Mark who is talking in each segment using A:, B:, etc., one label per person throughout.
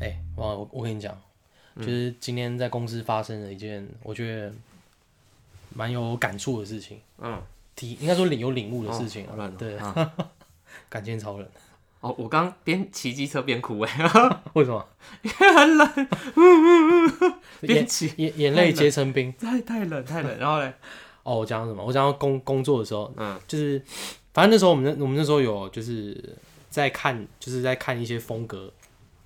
A: 哎我跟你讲，
B: 嗯
A: 就是今天在公司发生了一件我觉得蛮有感触的事情，
B: 嗯，
A: 体应该说领有领悟的事情、
B: 哦好乱哦
A: 对，
B: 啊
A: 感谢超人，啊
B: 哦，我刚边骑机车边哭哎，
A: 为什么？因为很
B: 边
A: 冷，
B: 骑
A: 眼眼眼泪结成冰。
B: 太太冷太冷，然后嘞，
A: 哦，我讲到什么？我讲到工工作的时候，
B: 嗯，
A: 就是反正那时候我们那我们那时候有就是在看就是在看一些风格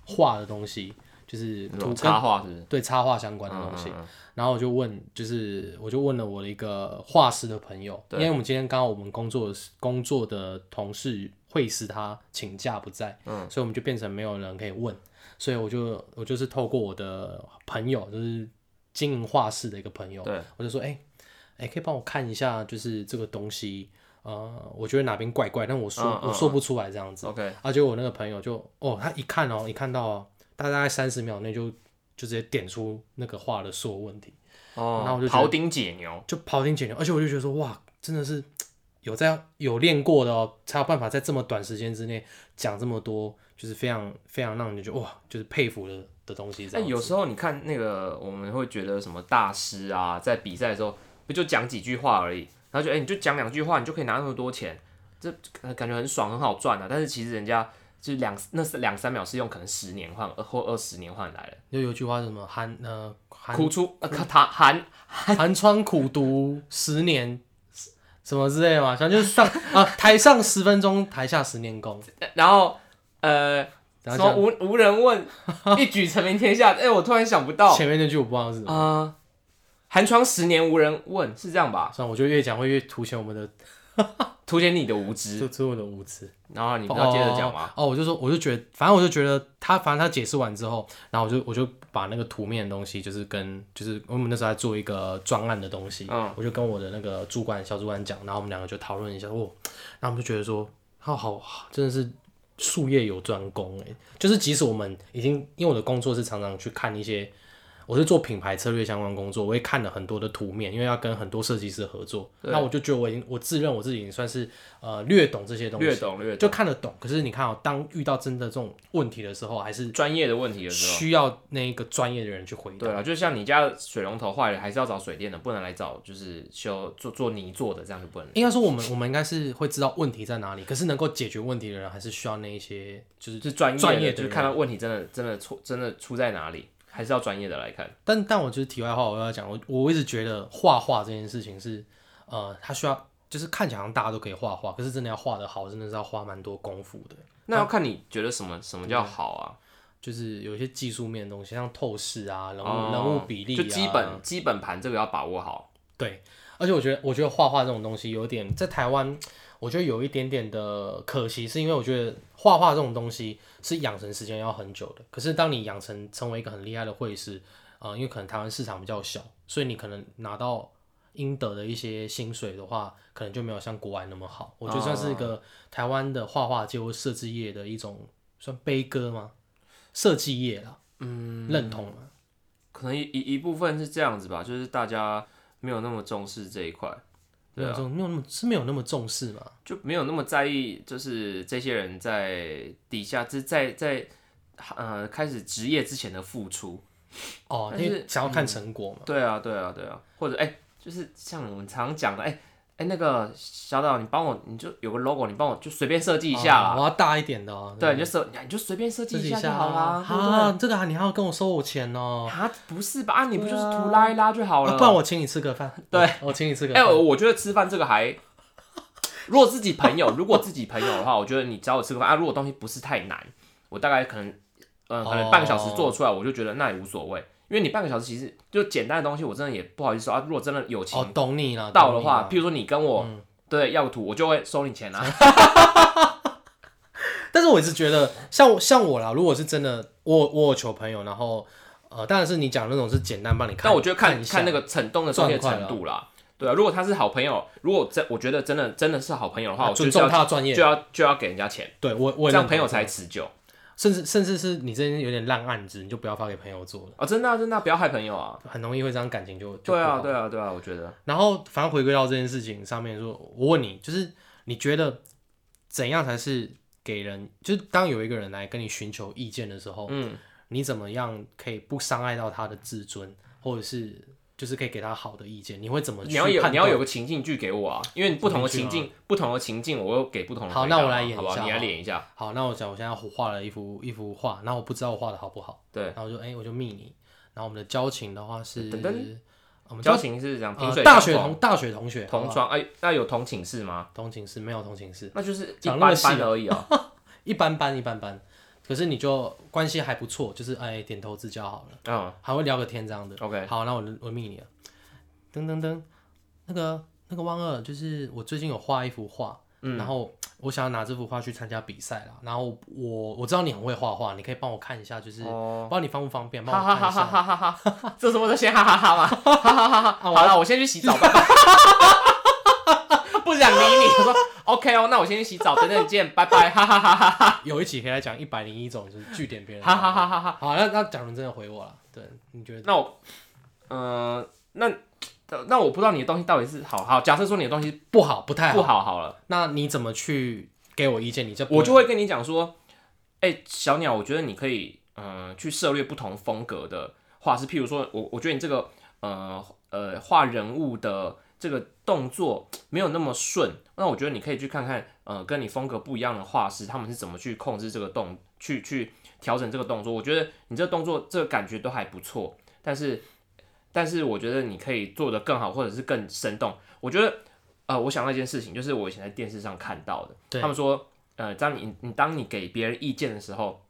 A: 画的东西，就是
B: 那
A: 图
B: 种
A: 跟
B: 插画是不是？
A: 对插画相关的东西。
B: 嗯嗯嗯
A: 然后我就问，就是我就问了我的一个画师的朋友，因
B: 对
A: 为我们今天刚好我们工作的工作的同事会师他请假不在，
B: 嗯
A: 所以我们就变成没有人可以问，所以我就我就是透过我的朋友，就是经营画室的一个朋友，
B: 对，
A: 我就说，哎、哎、可以帮我看一下，就是这个东西，呃，我觉得哪边怪怪，但我说、
B: 嗯嗯
A: 我说不出来这样子，
B: 嗯 OK，
A: 啊，结果我那个朋友就哦，他一看哦，一看到哦，大概三十秒内就就直接点出那个画的所有问题，然后我
B: 哦
A: 就，觉得
B: 庖丁解牛，
A: 就庖丁解牛，而且我就觉得说哇，真的是有在有练过的哦，才有办法在这么短时间之内讲这么多，就是非常非常让人觉得哇，就是佩服的的东西这
B: 但
A: 样子。
B: 哎有时候你看那个，我们会觉得什么大师啊，在比赛的时候不就讲几句话而已，然后就哎、你就讲两句话，你就可以拿那么多钱，这呃感觉很爽，很好赚啊。但是其实人家就是两那是两三秒是用可能十年换呃或二十年换来的，
A: 就有一句话是什么寒呃 寒
B: 哭出呃他含
A: 寒窗苦读十年。什么之类的嘛，反正就是上啊，台上十分钟，台下十年功。
B: 然后呃
A: 然
B: 什
A: 后
B: 么无无人问，一举成名天下。哎、我突然想不到
A: 前面那句我不知道是什么。
B: 啊、呃寒窗十年无人问是这样吧？
A: 啊算了，我觉得越讲会越凸显我们的
B: 凸显你的无知。
A: 凸凸显我们的无知。
B: 然后你不要接着讲吗？
A: 嗯哦？哦，我就说，我就觉得，反正我就觉得他，反正他解释完之后，然后我就我就把那个图面的东西，就是跟就是我们那时候在做一个专案的东西，
B: 嗯
A: 我就跟我的那个主管小主管讲，然后我们两个就讨论一下，哦，然后我们就觉得说，他好真的是。术业有专攻哎、就是即使我们已经，因为我的工作是常常去看一些，我是做品牌策略相关工作，我也看了很多的图面，因为要跟很多设计师合作，那我就觉得我已经，我自认我自己已经算是呃略懂这些东西，
B: 略懂略懂，
A: 就看得懂。可是你看哦，当遇到真的这种问题的时候，还是
B: 专业的问题的时候。
A: 需要那一个专业的人去回答。
B: 对啊，就像你家的水龙头坏了，还是要找水电的，不能来找就是修做做泥做的，这样就不能。
A: 应该说，我们我们应该是会知道问题在哪里，可是能够解决问题的人，还是需要那一些就是
B: 就是专业的
A: 专业的
B: 就是
A: 人
B: 看到问题真的真的出真的出在哪里，还是要专业的来看。
A: 但但我就是题外话，我要讲，我我一直觉得画画这件事情是，呃，它需要就是看起来好像大家都可以画画，可是真的要画得好，真的是要花蛮多功夫的。
B: 那要看你觉得什么什么
A: 嗯
B: 叫好啊？
A: 就是有一些技术面的东西，像透视啊、人物、
B: 哦
A: 人物比例、啊，
B: 就基本基本盘这个要把握好。
A: 对，而且我觉得，我觉得画画这种东西有点在台湾，我觉得有一点点的可惜，是因为我觉得画画这种东西是养成时间要很久的。可是当你养成成为一个很厉害的绘师，呃，因为可能台湾市场比较小，所以你可能拿到应得的一些薪水的话，可能就没有像国外那么好。我觉得算是一
B: 哦
A: 个台湾的画画界或设计业的一种算悲歌吗？设计业啦，嗯，认同吗？
B: 可能一一一部分是这样子吧，就是大家没有那么重视这一块，
A: 没
B: 啊
A: 有这种没有那么是没有那么重视嘛？
B: 就没有那么在意，就是这些人在底下，就是在在呃开始职业之前的付出。
A: 哦，
B: 但
A: 因
B: 是嗯
A: 为想要看成果嘛。
B: 对啊，对啊，对啊，或者哎、就是像我们常讲的，哎、哎、那个小岛，你帮我，你就有个 logo，你帮我就随便设计一下
A: 啊
B: 啦。
A: 我要大一点的哦。
B: 对，你就设，你就随便设计
A: 自己
B: 一下就
A: 下
B: 好啦，对不对？
A: 啊，这个啊，你还要跟我收我钱哦。
B: 啊，不是吧？啊，你不就是图拉一拉就好
A: 啊
B: 了？
A: 不然我请你吃个饭。
B: 对
A: 我，我请你吃个
B: 哎、
A: 饭。
B: 我我觉得吃饭这个还，如果自己朋友，如果自己朋友的话，我觉得你找我吃个饭啊，如果东西不是太难，我大概可能，呃，可能半个小
A: 哦
B: 时做出来，我就觉得那也无所谓，因为你半个小时其实就简单的东西，我真的也不好意思说啊。如果真的友情
A: 哦，懂你了。
B: 到
A: 懂
B: 的
A: 你
B: 话，
A: 了嗯
B: 譬如说你跟我、对要个图，我就会收你 钱啊。
A: 但是我一直觉得，像我像我啦，如果是真的，我我有求朋友，然后呃，当然是你讲的那种是简单帮你看，
B: 但我觉得看
A: 一下
B: 看那个蠢动的东西的
A: 赚快
B: 程度啦。对啊，如果他是好朋友，如果真我觉得真的真的是好朋友的话，
A: 啊
B: 我就
A: 尊
B: 是要
A: 重他的专业
B: 就。要就要给人家钱，
A: 对我我也
B: 这样
A: 认
B: 朋友
A: 同
B: 才持久
A: 甚至甚至是你真的有点烂案子，你就不要发给朋友做了，
B: 啊！真的啊真的啊不要害朋友啊！
A: 很容易会这样感情就就
B: 对
A: 不
B: 啊
A: 好
B: 对啊对啊，我觉得
A: 然后反正回归到这件事情上面说，我问你，就是你觉得怎样才是给人，就是当有一个人来跟你寻求意见的时候，
B: 嗯，
A: 你怎么样可以不伤害到他的自尊，或者是就是可以给他好的意见，你会怎么
B: 你
A: 去
B: 要有
A: 判
B: 你要
A: 断？
B: 有个情境剧给我啊，因为你不同的情境，不同的情境，我又给不同的
A: 好
B: 回答嘛。
A: 那我来演一下
B: 好不好？你来
A: 好
B: 演一下。
A: 好，那我讲，我现在画了一幅一幅画，然后我不知道我画的好不好，
B: 对，
A: 然后我就哎、我就密你，然后我们的交情的话是，
B: 等等
A: 我们
B: 交
A: 交
B: 情是这样，萍
A: 呃
B: 水
A: 大
B: 相
A: 学
B: 逢
A: 同大学同学
B: 同
A: 床
B: 床。哎，那有同寝室吗？
A: 同寝室没有同寝室，
B: 那就是一
A: 讲那么
B: 般
A: 细
B: 般而已啊。
A: 一般般一般般，可是你就关系还不错，就是哎点头之交好了，
B: 嗯
A: 还会聊个天这样的。
B: ，OK，
A: 好，那我我密你了。噔噔噔，那个那个汪二，就是我最近有画一幅画，
B: 嗯
A: 然后我想要拿这幅画去参加比赛啦。然后我我知道你很会画画，你可以帮我看一下，就是、
B: 哦
A: 不知道你方不方便，帮
B: 哈
A: 我
B: 哈
A: 看一下。
B: 哈哈哈哈哈哈，这什么都先哈哈哈嘛，哈哈哈哈。好了，我先去洗澡吧。不想理你，我说 OK 哦，那我先去洗澡，等等见，拜拜，哈哈哈哈
A: 有一集可以来讲一百零一种就是据点别人的
B: 哈
A: 方法。
B: 哈哈哈哈。
A: 好，那那假如你真的回我了，对，你觉得
B: 那我，嗯，那呃那我不知道你的东西到底是好好，假设说你的东西
A: 不好，不太
B: 不
A: 好，
B: 好好了。
A: 那你怎么去给我意见？你这不
B: 我就会跟你讲说，哎、小鸟，我觉得你可以，呃，去涉猎不同风格的画师，譬如说，我我觉得你这个，呃呃，画人物的这个动作没有那么顺，那我觉得你可以去看看，呃，跟你风格不一样的画师，他们是怎么去控制这个动，去去调整这个动作。我觉得你这个动作这个感觉都还不错，但是但是我觉得你可以做得更好，或者是更生动。我觉得。呃，我想到一件事情，就是我以前在电视上看到的，
A: 对
B: 他们说呃，当你你当你给别人意见的时候，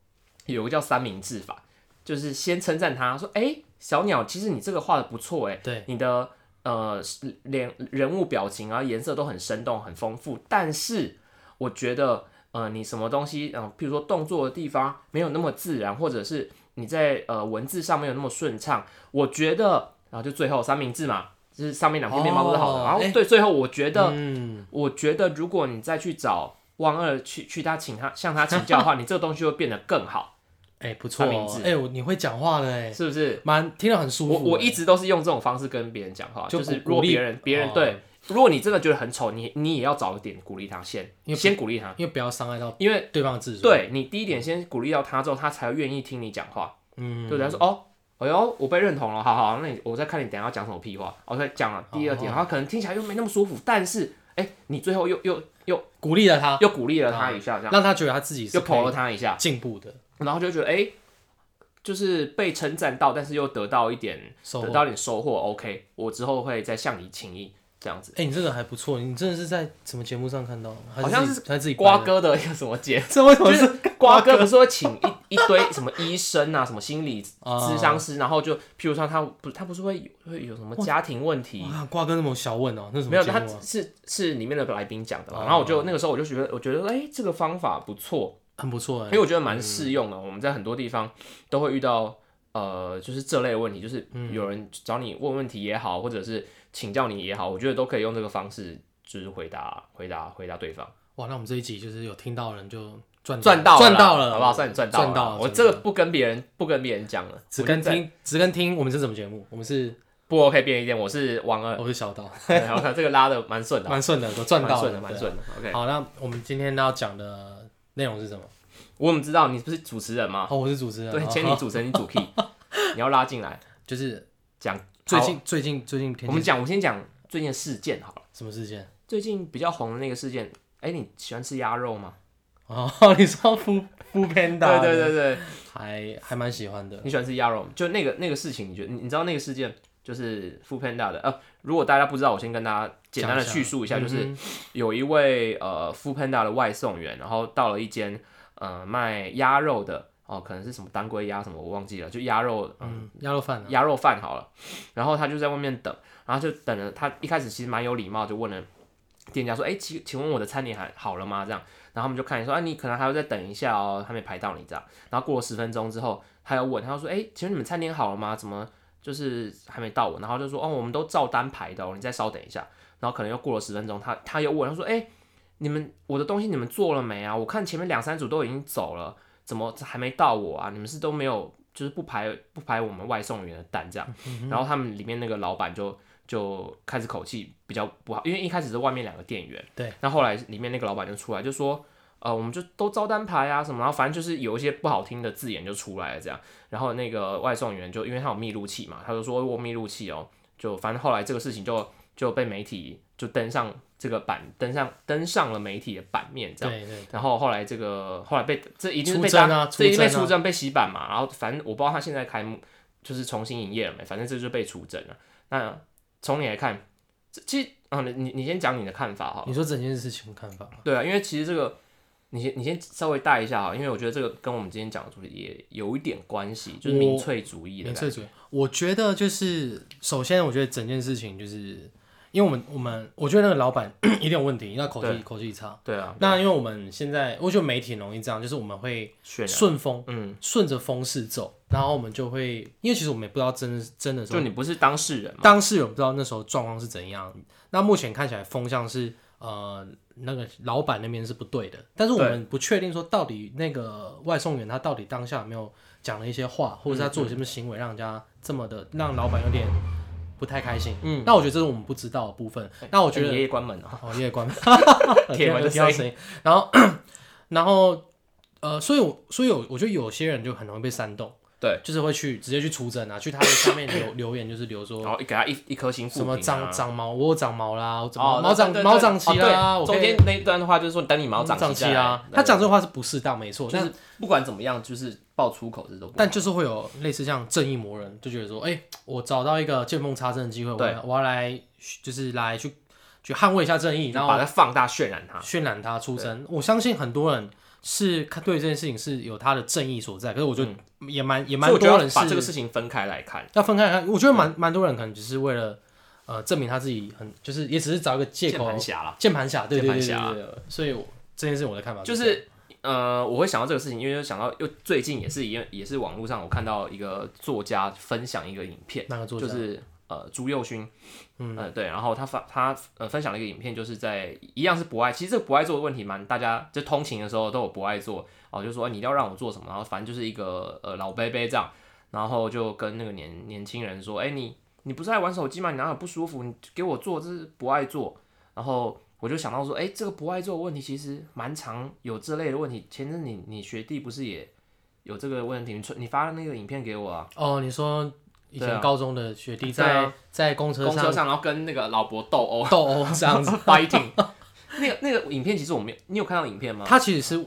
B: 有个叫三明治法，就是先称赞他说，哎、小鸟，其实你这个画的不错，哎，
A: 对
B: 你的呃是脸人物表情啊颜色都很生动很丰富，但是我觉得呃你什么东西，嗯、譬如说动作的地方没有那么自然，或者是你在呃文字上没有那么顺畅，我觉得，然后就最后三明治嘛，就是上面两片面包都是好的，
A: 哦
B: 然后
A: 哎
B: 对，最后我觉得。
A: 嗯，
B: 我觉得如果你再去找汪二去去他请他向他请教 的话，你这个东西会变得更好，
A: 哎、不错、
B: 三明
A: 哦
B: 治，
A: 哎、我你会讲话的哎、
B: 是不是？
A: 蛮听了很舒服
B: 我
A: 的。
B: 我一直都是用这种方式跟别人讲话，
A: 嗯就
B: 就是
A: 鼓
B: 如果
A: 励
B: 别人别人
A: 哦
B: 对，如果你真的觉得很丑，你你也要找一点鼓励他先，
A: 因为
B: 先鼓励他，
A: 因为不要伤害到
B: 因为
A: 对方的自尊。，
B: 对你第一点先鼓励到他之后，他才会愿意听你讲话，
A: 嗯，
B: 对不对？他说哦。哎呦，我被认同了，好好，那你我再看你等一下要讲什么屁话。我再讲了第二点，
A: 哦
B: 他可能听起来又没那么舒服，但是哎、你最后又又又
A: 鼓励了他，
B: 又鼓励了他一下，这样
A: 让他觉得他自己是
B: 又
A: 可以
B: 捧了他一下，
A: 进步的
B: 然后就觉得哎、诶就是被称赞到，但是又得到一点
A: 收
B: 得
A: 获。
B: 到一点收获。OK，我之后会再向你请益，这样子。
A: 哎、你这个还不错，你真的是在什么节目上看到的？还
B: 好像
A: 是自己还是自己
B: 瓜
A: 拍的，
B: 哥的一个什么节，
A: 这为什 么
B: 就是是 瓜哥不是会请一一堆什么医生啊，什么心理
A: 哦
B: 咨商师，然后就譬如说他不他不是会有会有什么家庭问题，
A: 哇，瓜哥那么小问哦、那是什
B: 没有，
A: 么节
B: 他
A: 目、啊？
B: 是是里面的来宾讲的嘛。
A: 哦
B: 然后我就那个时候我就觉得我觉得哎、诶这个方法不错，
A: 很不错哎、
B: 因为我觉得蛮适用的。我们在很多地方都会遇到，呃，就是这类问题，就是
A: 嗯
B: 有人找你问问题也好，或者是请教你也好，我觉得都可以用这个方式，就是回答、回答、回答对方，
A: 哇，那我们这一集就是有听到的人就赚
B: 赚
A: 嗯
B: 到
A: 赚
B: 啦
A: 到了，
B: 好不好？算你赚到了，
A: 赚到了
B: 我
A: 真的
B: 这个不跟别人不跟别人讲了，
A: 只
B: 我
A: 跟
B: 就在
A: 听只跟听，我们是什么节目？我们是
B: 不 OK 便利店，我是 王二，
A: 我是小刀，
B: 然后看这个拉的蛮顺的，
A: 蛮顺的，都赚
B: 蛮
A: 到
B: 顺的，
A: 了，
B: 蛮
A: 对啊
B: 顺的。OK，
A: 好，那我们今天要讲的内容是什么？
B: 我怎么知道你不是主持人吗？
A: 哦，我是主持人。
B: 对，
A: 哦
B: 请你主持人，你主 key，你要拉进来
A: 就是
B: 讲
A: 最近最近最近天
B: 我
A: 气
B: 们讲，我们先讲最近的事件好了。
A: 什么事件？
B: 最近比较红的那个事件，哎、你喜欢吃鸭肉吗？
A: 哦， 你说敷敷 panda？
B: 对对，嗯对对，
A: 还还蛮喜欢的。
B: 你喜欢吃鸭肉吗，就那个那个事情，你觉得你你知道那个事件就是富 panda 的呃，如果大家不知道，我先跟大家简单的
A: 讲一下
B: 叙述一下，就是
A: 嗯
B: 有一位呃富 panda 的外送员，然后到了一间呃卖鸭肉的哦、可能是什么当归鸭什么我忘记了，就鸭肉
A: 嗯，鸭肉饭啊，
B: 鸭肉饭好了，然后他就在外面等，然后就等了他一开始其实蛮有礼貌，就问了店家说，哎，请请问我的餐点还好了吗？这样，然后他们就看你说，啊，你可能还要再等一下哦，还没排到你这样，然后过了十分钟之后，他又问，他就说，哎，请问你们餐点好了吗？怎么就是还没到我？然后就说，哦，我们都照单排的、哦，你再稍等一下，然后可能又过了十分钟，他他又问，他说，哎，你们我的东西你们做了没啊？我看前面两三组都已经走了，怎么还没到我啊？你们是都没有就是不排不排我们外送员的单这样，然后他们里面那个老板就就开始口气比较不好，因为一开始是外面两个店员，
A: 对，
B: 那后来里面那个老板就出来就说，呃，我们就都招单牌啊什么，然后反正就是有一些不好听的字眼就出来了这样。然后那个外送员就因为他有密录器嘛，他就说我密录器哦，就反正后来这个事情就就被媒体就登上这个版，登上登上了媒体的版面这样。
A: 对对，
B: 然后后来这个后来被这一定是
A: 出
B: 被
A: 征
B: 大
A: 啊
B: 这一定被
A: 出征啊
B: 出征被洗版嘛，然后反正我不知道他现在开幕就是重新营业了没，反正这就被出征了。那从你来看，这其实啊、你你你先讲你的看法哈
A: 你。说整件事情的看法吗？
B: 对啊，因为其实这个你先你先稍微带一下哈，因为我觉得这个跟我们今天讲的主题也有一点关系，就是民粹主义的
A: 免
B: 感觉。
A: 税主义，我觉得就是首先，我觉得整件事情就是，因为我们我们我觉得那个老板 一定有问题，那口气口气差。
B: 对啊，
A: 那因为我们现在，我觉得媒体很容易这样，就是我们会
B: 渲染，
A: 顺风，
B: 嗯，
A: 顺着风势走，然后我们就会，因为其实我们也不知道真真的时
B: 就
A: 候，
B: 你不是当事人嘛，
A: 当事人不知道那时候状况是怎样。那目前看起来风向是呃那个老板那边是不对的，但是我
B: 对
A: 们不确定说到底那个外送员他到底当下有没有讲了一些话，或者是他做了什么
B: 嗯
A: 行为让人家这么的让老板有点不太开心。
B: 嗯，
A: 那我觉得这是我们不知道的部分。那我觉得
B: 哎你爷爷关门了，
A: 哦，夜 观，
B: 铁门的
A: 听到
B: 声音
A: 声音。然后， 然后，呃，所以我，所以我，我觉得有些人就很容易被煽动，
B: 对，
A: 就是会去直接去出征啊，去他的下面 留留言，就是留说
B: 然后给他一一颗星负
A: 什么
B: 评啊
A: 长长毛，我有长毛啦，我怎么
B: 哦，
A: 毛
B: 对
A: 长
B: 对对
A: 毛长齐
B: 哦对
A: 啦，我可
B: 中
A: 以
B: 间那一段的话就是说，等你毛
A: 毛
B: 长啊
A: 齐啊
B: 来
A: 啦。
B: 对
A: 他讲这话是不适当，没错，
B: 就
A: 但
B: 是不管怎么样，就是爆粗口这种。
A: 但就是会有类似像正义魔人，就觉得说，哎、我找到一个见缝插针的机会，我
B: 对
A: 要我要来，就是来去去捍卫一下正义，然
B: 然
A: 后
B: 后把它放大渲染它，
A: 渲染他出征。我相信很多人是看对这件事情是有他的正义所在，可是我觉得也蛮、也
B: 嗯所以
A: 蛮
B: 我觉
A: 多
B: 得
A: 人
B: 要
A: 是
B: 把这个事情分开来看。
A: 要分开来看。我觉得蛮蛮多人可能只是为了呃证明他自己很，就是也只是找一个借
B: 键
A: 口
B: 盘侠啦，
A: 键盘侠，对对对对
B: 键盘侠
A: 对对对所以我这件事我的看法
B: 就
A: 这样
B: 是呃，我会想到这个事情，因为就想到又最近也是一样，也是网络上我看到一个作家分享一个影片，
A: 那个作家
B: 就是呃朱佑勋，嗯、呃对，然后他发他呃分享了一个影片，就是在一样是不爱，其实这个不爱做的问题蛮大家就通勤的时候都有不爱做哦，就说、哎你一定要让我做什么，然后反正就是一个呃老伯伯这样，然后就跟那个年年轻人说，哎、你你不是爱玩手机吗？你哪有不舒服？你给我做，这是不爱做。然后我就想到说，哎、这个不爱做的问题其实蛮常有这类的问题。前阵你你学弟不是也有这个问题？你传你发那个影片给我啊，
A: 哦，你说以
B: 对
A: 前
B: 啊
A: 高中的学弟
B: 对
A: 在、
B: 啊
A: 在公车
B: 公车
A: 上
B: 上，然后跟那个老伯斗殴
A: 斗 殴这样子，
B: ，fighting。那 个那个影片其实我没有，你有看到影片吗？
A: 他其实是。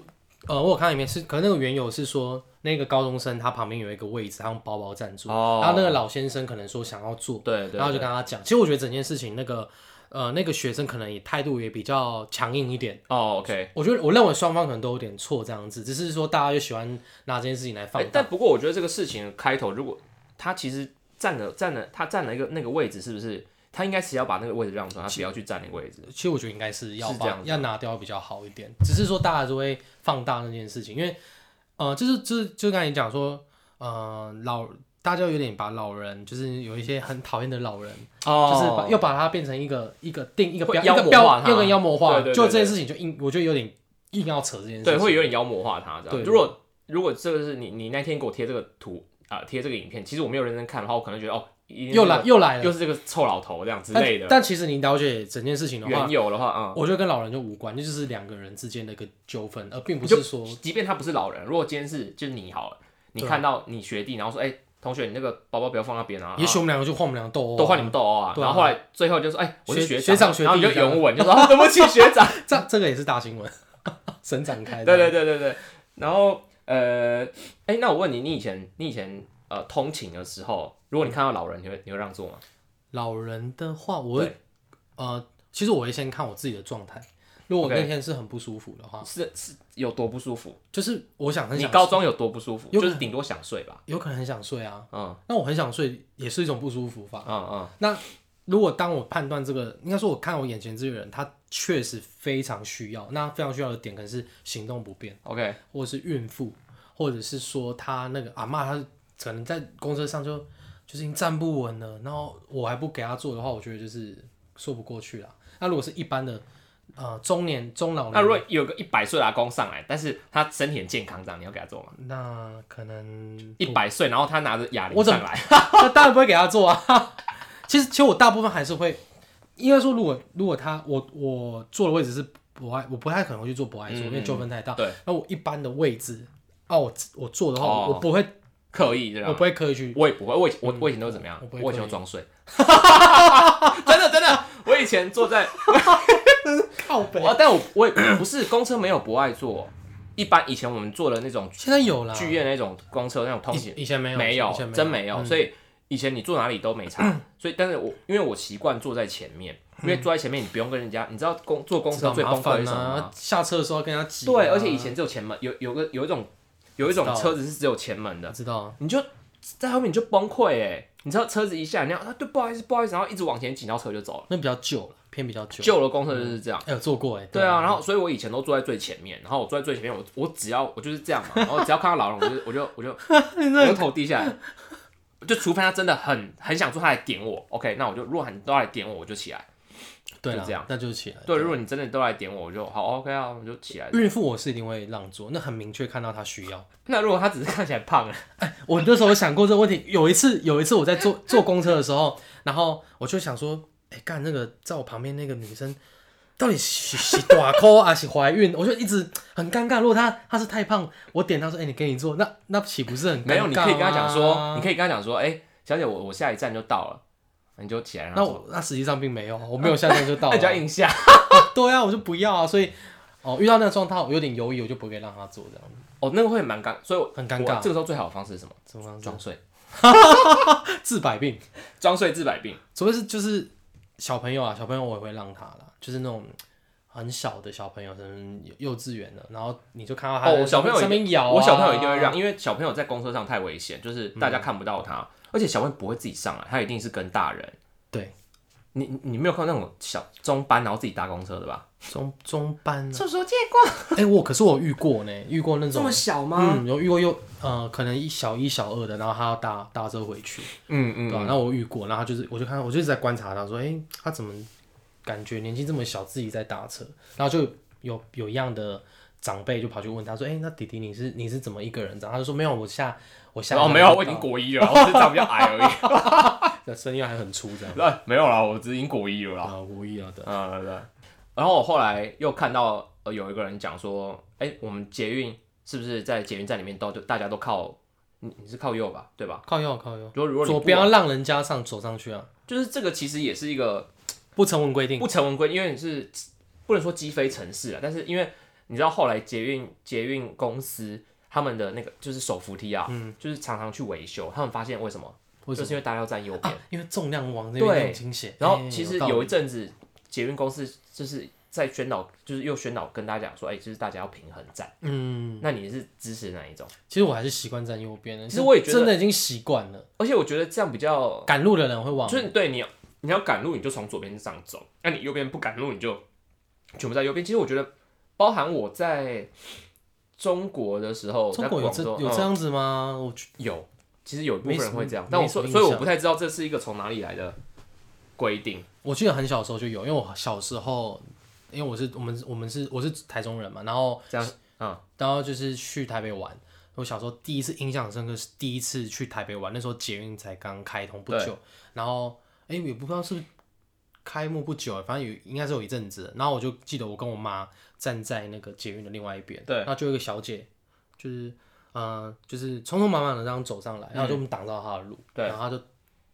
A: 呃，我有看到里面是，可能那个缘由是说，那个高中生他旁边有一个位置，他用包包占住，
B: 哦
A: 然后那个老先生可能说想要做，
B: 对对对，
A: 然后就跟他讲。其实我觉得整件事情，那个呃，那个学生可能也态度也比较强硬一点。
B: 哦，OK。
A: 我觉得我认为双方可能都有点错这样子，只是说大家就喜欢拿这件事情来放
B: 哎
A: 大。
B: 但不过我觉得这个事情的开头，如果他其实占了占了他占了一个那个位置，是不是他应该是要把那个位置让出，他不要去占那个位置。
A: 其实我觉得应该是要
B: 是这
A: 把
B: 样子啊
A: 要拿掉比较好一点，只是说大家就会放大那件事情，因为呃，就是就是就刚才你讲说，呃，老大家有点把老人就是有一些很讨厌的老人。就是把又把它变成一个一个定一个
B: 哦会
A: 标一
B: 妖
A: 个
B: 魔
A: 标
B: 化它
A: 又跟妖魔化，
B: 对对对
A: 就这
B: 对
A: 件事情就硬，我觉得有点硬要扯这件事情，
B: 对，会有点妖魔化他这
A: 对
B: 样。如果如果这个是你你那天给我贴这个图啊，贴这个影片，其实我没有认真看的话，我可能觉得哦，一定是
A: 又
B: 这个
A: 来又来了
B: 又是这个臭老头这样之
A: 但
B: 类的。
A: 但其实你了解整件事情的话
B: 缘，由的话，嗯，
A: 我觉得跟老人就无关，那就是两个人之间的一个纠纷，而并不
B: 就是
A: 说
B: 即便他不是老人，如果今天是就是你好了，你
A: 对啊
B: 看到你学弟，然后说，哎、同学，你那个包包不要放那边啊，
A: 也许我们两个就换我们两个斗殴啊，
B: 都换你们斗殴啊。
A: 对啊
B: 然后后来最后就说，哎、我是
A: 学
B: 学
A: 学长学弟
B: 然后你就
A: 这样
B: 拥吻，就说、啊、对不起学 长，
A: 这样这个也是大新闻， 神展开，
B: 对对对对对。然后呃，哎、那我问你，你以前你以前呃通勤的时候，如果你看到老人，你会你会让座吗？
A: 老人的话，我会
B: 对
A: 呃，其实我会先看我自己的状态，如果我
B: OK
A: 那天是很不舒服的话，
B: 是是有多不舒服？
A: 就是我想很
B: 你
A: 想
B: 高中有多不舒服？
A: 有可啊
B: 就
A: 能
B: 是顶多想睡吧。
A: 有可能很想睡啊，
B: 嗯
A: 那我很想睡也是一种不舒服吧。
B: 嗯嗯，
A: 那如果当我判断这个，应该说我看我眼前这个人，他确实非常需要，那非常需要的点可能是行动不便，
B: OK，
A: 或者是孕妇，或者是说他那个阿嬷，她可能在公车上就就是已经站不稳了，然后我还不给她做的话，我觉得就是说不过去啦。那如果是一般的呃中年中老
B: 那
A: 年
B: 如，果有个一百岁的阿公上来，但是他身体很健康，这样你要给他做吗？
A: 那可能
B: 一百岁，然后他拿着哑
A: 我
B: 铃
A: 怎么
B: 上来，
A: 那当然不会给他做啊。 其实，其实我大部分还是会，应该说，如果如果他我我坐的位置是不爱，我不太可能会去做博爱座，因为纠纷太大。
B: 嗯对，
A: 那我一般的位置，啊，我我坐的话，
B: 哦啊
A: 我我不会，
B: 刻意这样
A: 我不，会刻意去。
B: 我也不会，我以前我我以前都怎么样
A: 我？不会
B: 我以前
A: 刻
B: 都
A: 意
B: 装睡， 真的真的，我以前坐 在，
A: 靠北，
B: 我但我我也不是公车没有不爱坐，一般以前我们坐的那种
A: 现在有了，
B: 剧院那种公车那种通勤
A: 啊哦以以前没有，
B: 没有
A: 以前，
B: 真没有。
A: 嗯
B: 所以以前你坐哪里都没 差，所以但是我因为我习惯坐在前面，因为坐在前面你不用跟人家，你知道公坐公
A: 嗯知
B: 车
A: 道
B: 最
A: 麻
B: 崩溃的
A: 烦
B: 是什么吗
A: 啊？，下车的时候要跟人家挤啊。
B: 对，而且以前只有前门，有有个有一种有一种
A: 知道
B: 车子是只有前门的，
A: 知道，
B: 你就在后面你就崩溃哎，你知道车子一下，你要啊对不好意思不好意思，然后一直往前挤，然后车就走了。
A: 那比较旧了，偏比较旧。
B: 旧的公车就是这样。
A: 哎，有坐过哎，
B: 对啊，然后所以我以前都坐在最前面，然后我坐在最前面，我我只要我就是这样嘛，然后只要看到老人，我就我就 我就我就头低下来，就除非他真的很很想坐，他来点我，OK，那我就如果你都来点我，我就起来。
A: 对
B: 就
A: 啦
B: 这样，
A: 那就起来。
B: 对，如果你真的都来点我，我就好 OK 啊，我就起来。
A: 孕妇我是一定会让座，那很明确看到她需要。
B: 那如果他只是看起来胖了，
A: 我那时候有想过这个问题，有一次有一次我在坐 坐公车的时候，然后我就想说，哎、干那个在我旁边那个女生到底是是短裤还是怀孕？我就一直很尴尬。如果她她是太胖，我点她说，哎、你给你坐，那那岂不是很尴尬、啊
B: 没有，你可以跟他讲说，你，可以跟他讲说，哎、小姐，我我下一站就到了，你就起来。然
A: 那
B: 后走
A: 我那实际上并没有， 我没有下站就到
B: 那
A: 了
B: 你就要硬下。
A: 对啊，我就不要啊，所以。哦，遇到那个状态，我有点犹豫，我就不会让她坐这样子，
B: 哦，那个会蛮尴，所以我
A: 很尴尬
B: 我这个时候最好的方式是什么？
A: 怎么样子？
B: 装睡，
A: 治百病，
B: 装睡治百病。
A: 除非是就是小朋友啊，小朋友我也会让他啦，就是那种很小的小朋友，可能幼稚园的，然后你就看到他
B: 哦，我小朋友
A: 上面摇、啊，
B: 我小朋友一定会让，因为小朋友在公车上太危险，就是大
A: 嗯
B: 家看不到他，而且小朋友不会自己上来，他一定是跟大人。
A: 对
B: 你你你没有看到那种小中班然后自己搭公车的吧？
A: 中中班、啊，
B: 厕所借过
A: 哎、我可是我遇过呢，遇过那
B: 这
A: 种
B: 么。小吗？
A: 嗯，有遇过幼呃，可能一小一小二的，然后他要搭搭车回去，
B: 嗯
A: 对啊吧、然后我遇过，然后他就是，我就看，我就一直在观察他，说，哎、他怎么感觉年纪这么小，自己在搭车？然后就有有一样的长辈就跑去问他说，哎、那弟弟你是你是怎么一个人长？他就说没有，我下我下
B: 哦，
A: 班
B: 没有，
A: 就
B: 我已经
A: 到
B: 国一了，我只是长比较矮而已。
A: 那声音还很粗这样。
B: 呃没有啦，我只是已经国一了啦。
A: 啊，无意了的。
B: 嗯，对。然后我后来又看到呃有一个人讲说，哎、我们捷运是不是在捷运站里面都就大家都靠你你是靠右吧，对吧？
A: 靠右，啊靠右，
B: 如果如果你
A: 左
B: 不
A: 边要让人家上走上去啊，
B: 就是这个其实也是一个
A: 不成文规定。
B: 不成文规定，因为你是不能说击飞城市啊，但是因为你知道后来捷运捷运公司他们的那个就是手扶梯啊，就是常常去维修，他们发现为什么？
A: 嗯为什
B: 就是因为大家要 站右边。
A: 啊，因为重量往那
B: 对
A: 边倾斜。
B: 然后
A: 哎
B: 其实
A: 道理
B: 有一阵子捷运公司就是在宣导，就是又宣导跟大家讲说，哎、就是大家要平衡站。
A: 嗯，
B: 那你是支持哪一种？
A: 其实我还是习惯站右边的。
B: 其实我也觉得
A: 真的已经习惯了。
B: 而且我觉得这样比较，
A: 赶路的人会忘
B: 就，是对你你要赶路你就从左边上走，那你右边不赶路你就全部在右边。其实我觉得包含我在。中国的时候，
A: 中国有
B: 在
A: 这
B: 广州
A: 有
B: 嗯
A: 这样子吗？我去
B: 有，其实有一部分人会这样
A: 没，什么
B: 但我
A: 没什
B: 所
A: 么
B: 所以
A: 印
B: 我
A: 象
B: 不太知道这是一个从哪里来的规定。
A: 我记得很小的时候就有，因为我小时候，因为我是我们我们是我是台中人嘛，然后
B: 这样，嗯，
A: 然后就是去台北玩。我小时候第一次印象很深刻是第一次去台北玩，那时候捷运才刚开通不久，然后哎、诶也不知道是不是开幕不久，反正有应该是有一阵子。然后我就记得我跟我妈站在那个捷运的另外一边，
B: 对
A: 然后就有一个小姐，就是呃，就是匆匆忙忙的这样走上来，然后就我们挡到她的路，
B: 嗯对
A: 然后她就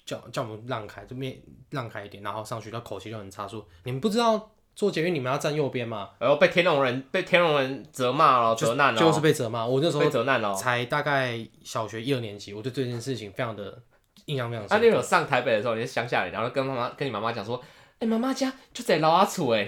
A: 叫叫我们让开，就面让开一点，然后上去，她口气就很差，说你们不知道坐捷运你们要站右边吗？
B: 然后被天龙人被天龙人责骂了，责难了，哦
A: 就是被责骂。我那时候
B: 被责难了。
A: 才大概小学一二年级，我对这件事情非常的印象非常
B: 啊，
A: 深
B: 那
A: 刻。
B: 种上台北的时候，你在乡下里，然后跟妈妈跟你妈妈讲说，哎，妈妈家就在老阿楚哎，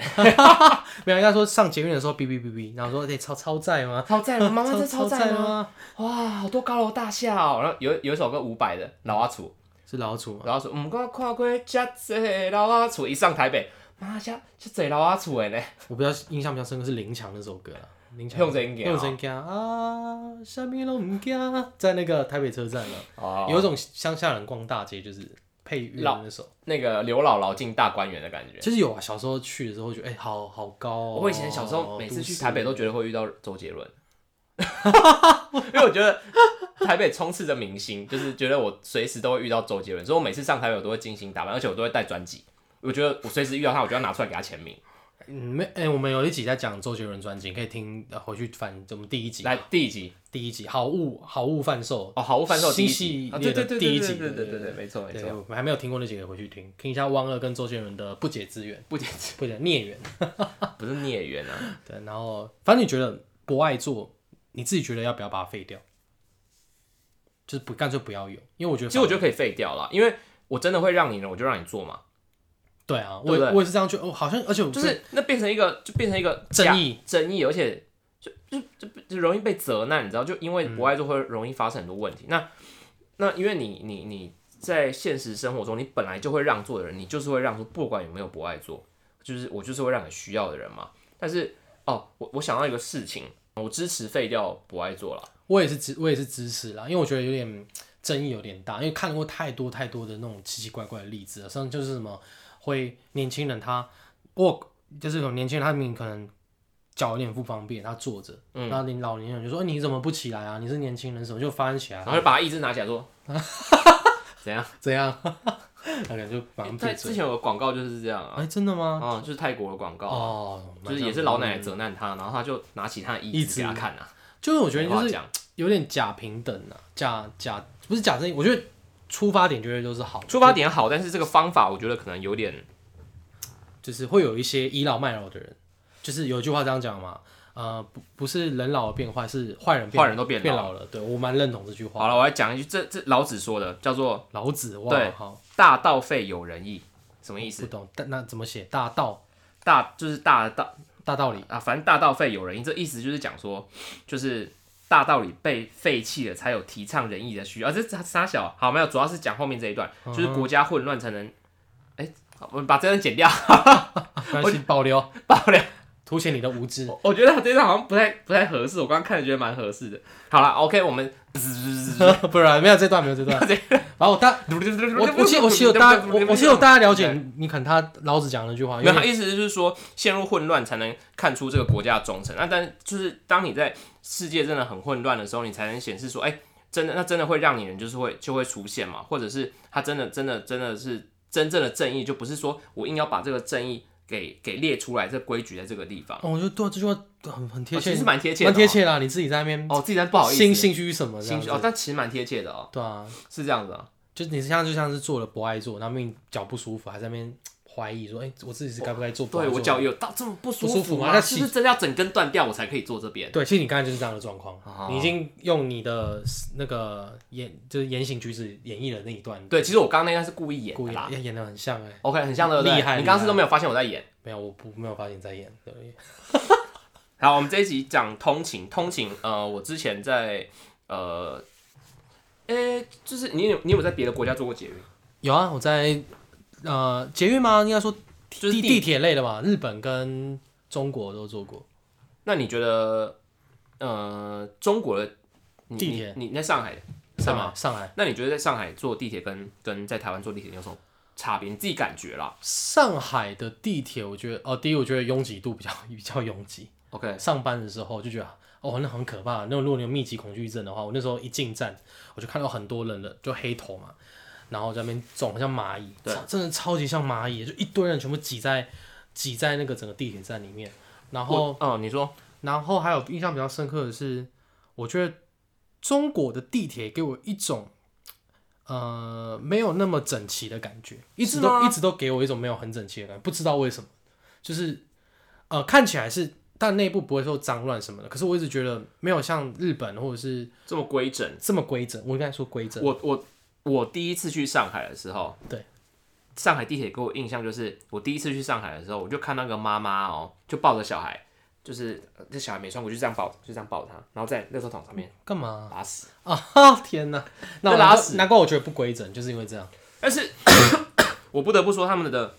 A: 没有，人家说上捷运的时候哔哔哔哔，然后说哎、欸超超载吗？
B: 好在吗？妈妈
A: 超啊
B: 在 超啊载吗？
A: 吗？
B: 哇，好多高楼大厦哦。然后有有一首歌伍佰的老阿楚，
A: 是老鼠吗？
B: 老阿楚，唔过看过遮济老阿楚，一上台北，妈家就在老阿楚哎呢。
A: 我比较印象比较深刻是林强那首歌啦。林强
B: 向前走
A: 用真惊啊，什么都唔惊，在那个台北车站了，
B: 哦，
A: 有一种乡下人逛大街就是配乐的那首。
B: 那个刘姥姥进大观园的感觉。
A: 其实有啊，小时候去的时候觉得哎、欸好好高哦。
B: 我以前小时候每次去台北
A: 都
B: 都觉得会遇到周杰 伦，因为我觉得台北充斥着明星，就是觉得我随时都会遇到周杰伦，所以我每次上台北我都会精心打扮，而且我都会带专辑。我觉得我随时遇到他，我就要拿出来给他签名。
A: 市嗯，没，哎、我们有一集在讲周杰伦专辑，可以听、呃回去翻我们第一集，
B: 来第一集
A: 第一集好物好物贩售，
B: 哦，好物贩售第一
A: 新
B: 集
A: 系，
B: 啊
A: 列
B: 对
A: 的
B: 对对
A: 第一
B: 对
A: 集
B: 对对
A: 对
B: 对对，没错没
A: 对，
B: 错，
A: 我们还没有听过那几个，回去听听一下汪二跟周杰伦的不解之缘，
B: 不解
A: 不解孽缘。
B: 不是孽缘啊，
A: 对，然后反正你觉得不爱做，你自己觉得要不要把它废掉？就是不干脆不要有，因为我觉得
B: 其实我觉得可以废掉啦，因为我真的会让你呢，我就让你做嘛，
A: 对啊，我
B: 对不对
A: 我也是这样觉得，哦，好像而且我
B: 就是那变成一个就变成一个
A: 正义
B: 假争议，而且就就就就容易被责难，你知道，就因为
A: 嗯
B: 不爱做会容易发生很多问题。那那因为你你你在现实生活中，你本来就会让座的人，你就是会让座，不管有没有不爱做，就是我就是会让你需要的人嘛。但是哦，我我想到一个事情，我支持废掉不爱做啦。
A: 我也是支我也是支持啦，因为我觉得有点争议有点大，因为看过太多太多的那种奇奇怪怪的例子了，像就是什么会年轻人他我就是有年轻人他明明可能脚有点不方便，他坐着，
B: 嗯
A: 然后你老年人就说、哎你怎么不起来啊？你是年轻人什么就翻起来啊
B: 然后就把他一只拿起来说，怎样？
A: 怎样？ 他可能就马上
B: 哎在
A: 闭
B: 之
A: 嘴。
B: 前有个广告就是这样啊，
A: 哎、真的吗？
B: 啊、就是泰国的广告啊，
A: 哦，
B: 就是也是老奶奶责难他，然后他就拿起他的椅
A: 椅
B: 子给他看啊，
A: 就是我觉得
B: 没话
A: 就是
B: 讲
A: 有点假平等啊，假假不是假正义，我觉得出发点绝对都是好的，
B: 出发点好，但是这个方法我觉得可能有点
A: 就是会有一些倚老卖老的人，就是有一句话这样讲嘛，呃，不不是人老了变坏，是坏人变
B: 坏人都变老
A: 变老了。对我蛮认同这句话。
B: 好了。我来讲一句，这这老子说的叫做
A: 老子哇，
B: 对
A: 好，
B: “大道废有仁义”，什么意
A: 不
B: 思？
A: 懂，但那怎么写？大道
B: 大就是大道
A: 大道理，
B: 啊，反正大道废有仁义，这意思就是讲说，就是大道理被废弃了，才有提倡仁义的需要。啊、这这傻小好没有，主要是讲后面这一段，
A: 嗯
B: 就是国家混乱才能，哎、好我们把这段剪掉，
A: 关系保留，
B: 爆料。
A: 凸显你的无知。
B: 我我觉得这段好像不太不太合适，我刚刚看着觉得蛮合适的。好了，OK，我 们
A: 不然没有这段，没有这段。然后 大，我
B: 我
A: 我希我希望大家，我我希望大家了解，你看他老子讲的那句话，
B: 没
A: 因
B: 有，他
A: 为
B: 意思就是说，陷入混乱才能看出这个国家的忠诚。那但就是当你在世界真的很混乱的时候，你才能显示说，哎、真的，那真的会让你人就是会就会出现嘛，或者是他真的真的真的是真正的正义，就不是说我硬要把这个正义给给列出来，这规矩在这个地方，
A: 哦我觉得对啊这句话很很贴
B: 哦、
A: 切，
B: 其实蛮贴切的、
A: 蛮
B: 哦，
A: 贴切啦。你自己在那边
B: 哦，自己在不好意思，
A: 心心虚什么这
B: 心
A: 样
B: 虚
A: 子
B: 哦，但其实蛮贴切的哦，
A: 对啊，
B: 是这样子啊。
A: 就是你像就像是做了不爱做，然后明明脚不舒服，还在那边怀疑说，哎、我自己是该不该做不爱
B: 对
A: 做？
B: 我脚有到这么不舒
A: 不舒服吗啊
B: 吗？
A: 那
B: 是
A: 其
B: 不是真的要整根断掉我才可以坐这边？
A: 对，其实你刚才就是这样的状况，
B: 哦
A: 你已经用你的那个言就是言行举止演绎了那一段，
B: 对，其实我刚刚那应该是故意演
A: 故
B: 的
A: 意
B: 啦。
A: 演演的很像哎、
B: OK，很像的，对不对
A: 厉害
B: 你刚刚是都没有发现我在演。
A: 没有，我不没有发现你在演，对，
B: 好，我们这一集讲通勤，通勤，呃，我之前在呃，诶、就是你有你有在别的国家做过捷运？
A: 有啊，我在呃捷运吗？应该说
B: 就是
A: 地
B: 地
A: 地铁类的吧，日本跟中国都做过，
B: 那你觉得，呃，中国的你
A: 地铁
B: 你，你在上海，
A: 上
B: 上
A: 海上海
B: 那你觉得在上海坐地铁跟跟在台湾坐地铁有什么差别？你自己感觉啦。
A: 上海的地铁，我觉得哦，第一我觉得拥挤度比较比较拥挤。
B: OK，
A: 上班的时候就觉得哦，那很可怕。那种如果你有密集恐惧症的话，我那时候一进站，我就看到很多人了，就黑头嘛，然后在那边肿，很像蚂蚁，
B: 对
A: 超真的超级像蚂蚁，就一堆人全部挤在挤在那个整个地铁站里面。然后，
B: 我，嗯，你说，
A: 然后还有印象比较深刻的是，我觉得中国的地铁给我一种。呃，没有那么整齐的感觉，一直
B: 是
A: 都
B: 吗
A: 一直都给我一种没有很整齐的感觉，不知道为什么，就是呃看起来是，但内部不会说脏乱什么的。可是我一直觉得没有像日本或者是
B: 这么规整。
A: 这么规整，我应该说规整。
B: 我我我第一次去上海的时候，
A: 对，
B: 上海地铁给我印象就是，我第一次去上海的时候，我就看那个妈妈哦，就抱着小孩，就是呃这小孩没穿，我就这样抱，就这样抱他，然后在垃圾桶上面
A: 干嘛
B: 打死。
A: 啊？ 哈天哪！那我
B: 被拉
A: 难怪
B: 屎
A: 难怪我觉得不规整，就是因为这样。
B: 但是我不得不说，他们的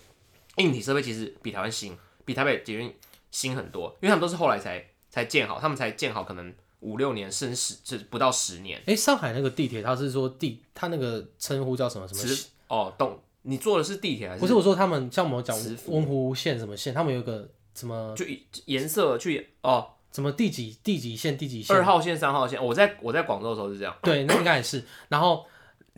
B: 硬体设备其实比台湾新，比台北捷运新很多，因为他们都是后来才才建好，他们才建好可能五六年，甚至十这不到十年。
A: 诶，上海那个地铁，它是说地，它那个称呼叫什么什么？
B: 十哦，动，你坐的是地铁还是？
A: 不是我说他们像我们讲
B: 磁浮
A: 文湖线什么线，他们有一个什么
B: 就一颜色去哦，
A: 什么第几第几线第几线
B: 二号线、三号线，我在我在广州的时候是这样，
A: 对，那应该也是。然后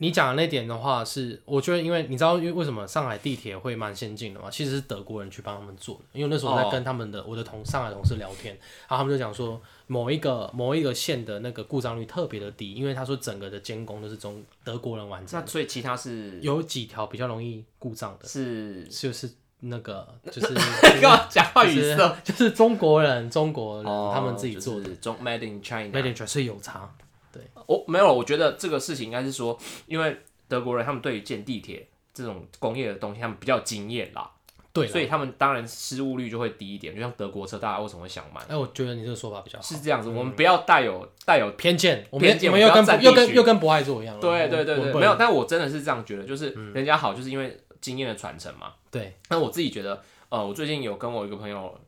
A: 你讲的那点的话是，我觉得因为你知道因为为什么上海地铁会蛮先进的嘛，其实是德国人去帮他们做的。因为那时候我
B: 哦
A: 在跟他们的、我的同上海同事聊天，然后他们就讲说某一个某一个县的那个故障率特别的低，因为他说整个的监工都是中德国人完成
B: 那
A: 的，
B: 所以其他是
A: 有几条比较容易故障的，
B: 是
A: 就是那个就是
B: 干嘛讲话语塞？
A: 就是就是中国人中国人、
B: 哦
A: 他们自己做的，
B: 就是中 Made in China
A: 那点确实有差。
B: 哦，没有，我觉得这个事情应该是说，因为德国人他们对于建地铁这种工业的东西，他们比较有经验啦，
A: 对啦，
B: 所以他们当然失误率就会低一点。就像德国车，大家为什么会想买？
A: 哎，我觉得你这个说法比较好。
B: 是这样子，我们不要带有带有，
A: 偏见，我
B: 偏
A: 们
B: 见
A: 我们
B: 我
A: 又
B: 们不要
A: 跟
B: 占
A: 又
B: 地
A: 跟
B: 区
A: 又跟博爱做一样了。
B: 对对对
A: 我
B: 对，
A: 我不嗯
B: 没有。
A: 能
B: 但我真的是这样觉得，就是人家好，就是因为经验的传承嘛。
A: 对，
B: 那我自己觉得，呃，我最近有跟我一个朋友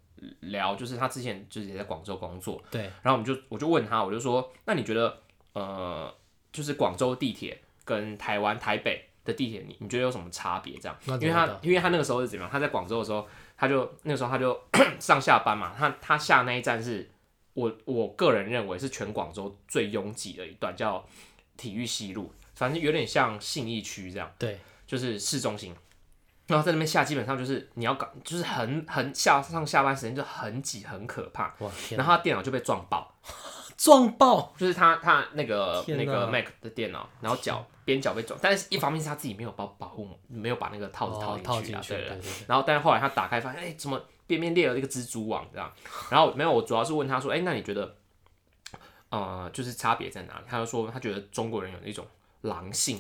B: 聊，就是他之前就是也在广州工作，
A: 对，
B: 然后我们就我就问他，我就说，那你觉得呃，就是广州地铁跟台湾台北的地铁，你你觉得有什么差别？这样，
A: 那
B: 因
A: 怎
B: 为
A: 么
B: 他
A: 办
B: 因为他那个时候是怎么样？他在广州的时候，他就 那个时候他就上下班嘛，他他下那一站是我我个人认为是全广州最拥挤的一段，叫体育西路，反正有点像信义区这样。
A: 对，
B: 就是市中心，然后在那边下基本上就是你要搞，就是很很下上下班时间就很挤，很可怕。
A: 哇天
B: 然
A: 啊，
B: 后他电脑就被撞爆，
A: 撞爆，
B: 就是他他那个
A: 天哪
B: 那个 Mac 的电脑，然后脚边角被撞，但是一方面是他自己没有保保护膜，没有把那个套子
A: 哦
B: 套
A: 进
B: 进去啊，
A: 去，
B: 对
A: 对
B: 对对。
A: 对对，
B: 然后但是后来他打开发现，哎、怎么边边裂了一个蜘蛛网这样？然后没有，我主要是问他说，哎、那你觉得，呃，就是差别在哪里？他就说他觉得中国人有那种狼性。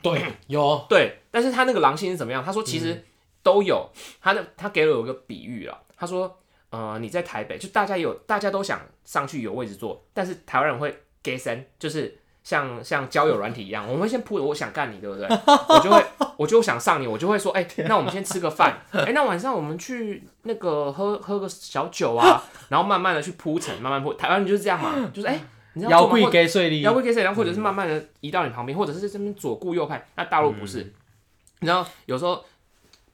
A: 对有
B: 对，但是他那个狼性是怎么样？他说其实都有，他的他给了我一个比喻啊，他说，呃，你在台北，就大家有大家都想上去有位置坐，但是台湾人会 gay 森，就是像像交友软体一样，我们会先铺，我想干你，对不对？我就会我就想上你，我就会说，哎、那我们先吃个饭，哎、那晚上我们去那个喝喝个小酒啊，然后慢慢的去铺陈，慢慢铺，台湾人就是这样嘛，就是哎。你知道
A: 摇
B: 做梦
A: 柜给水里
B: 要，会给谁，然后或者是慢慢的移到你旁边，或者是在这边左顾右盼。那大陆不是，然后有时候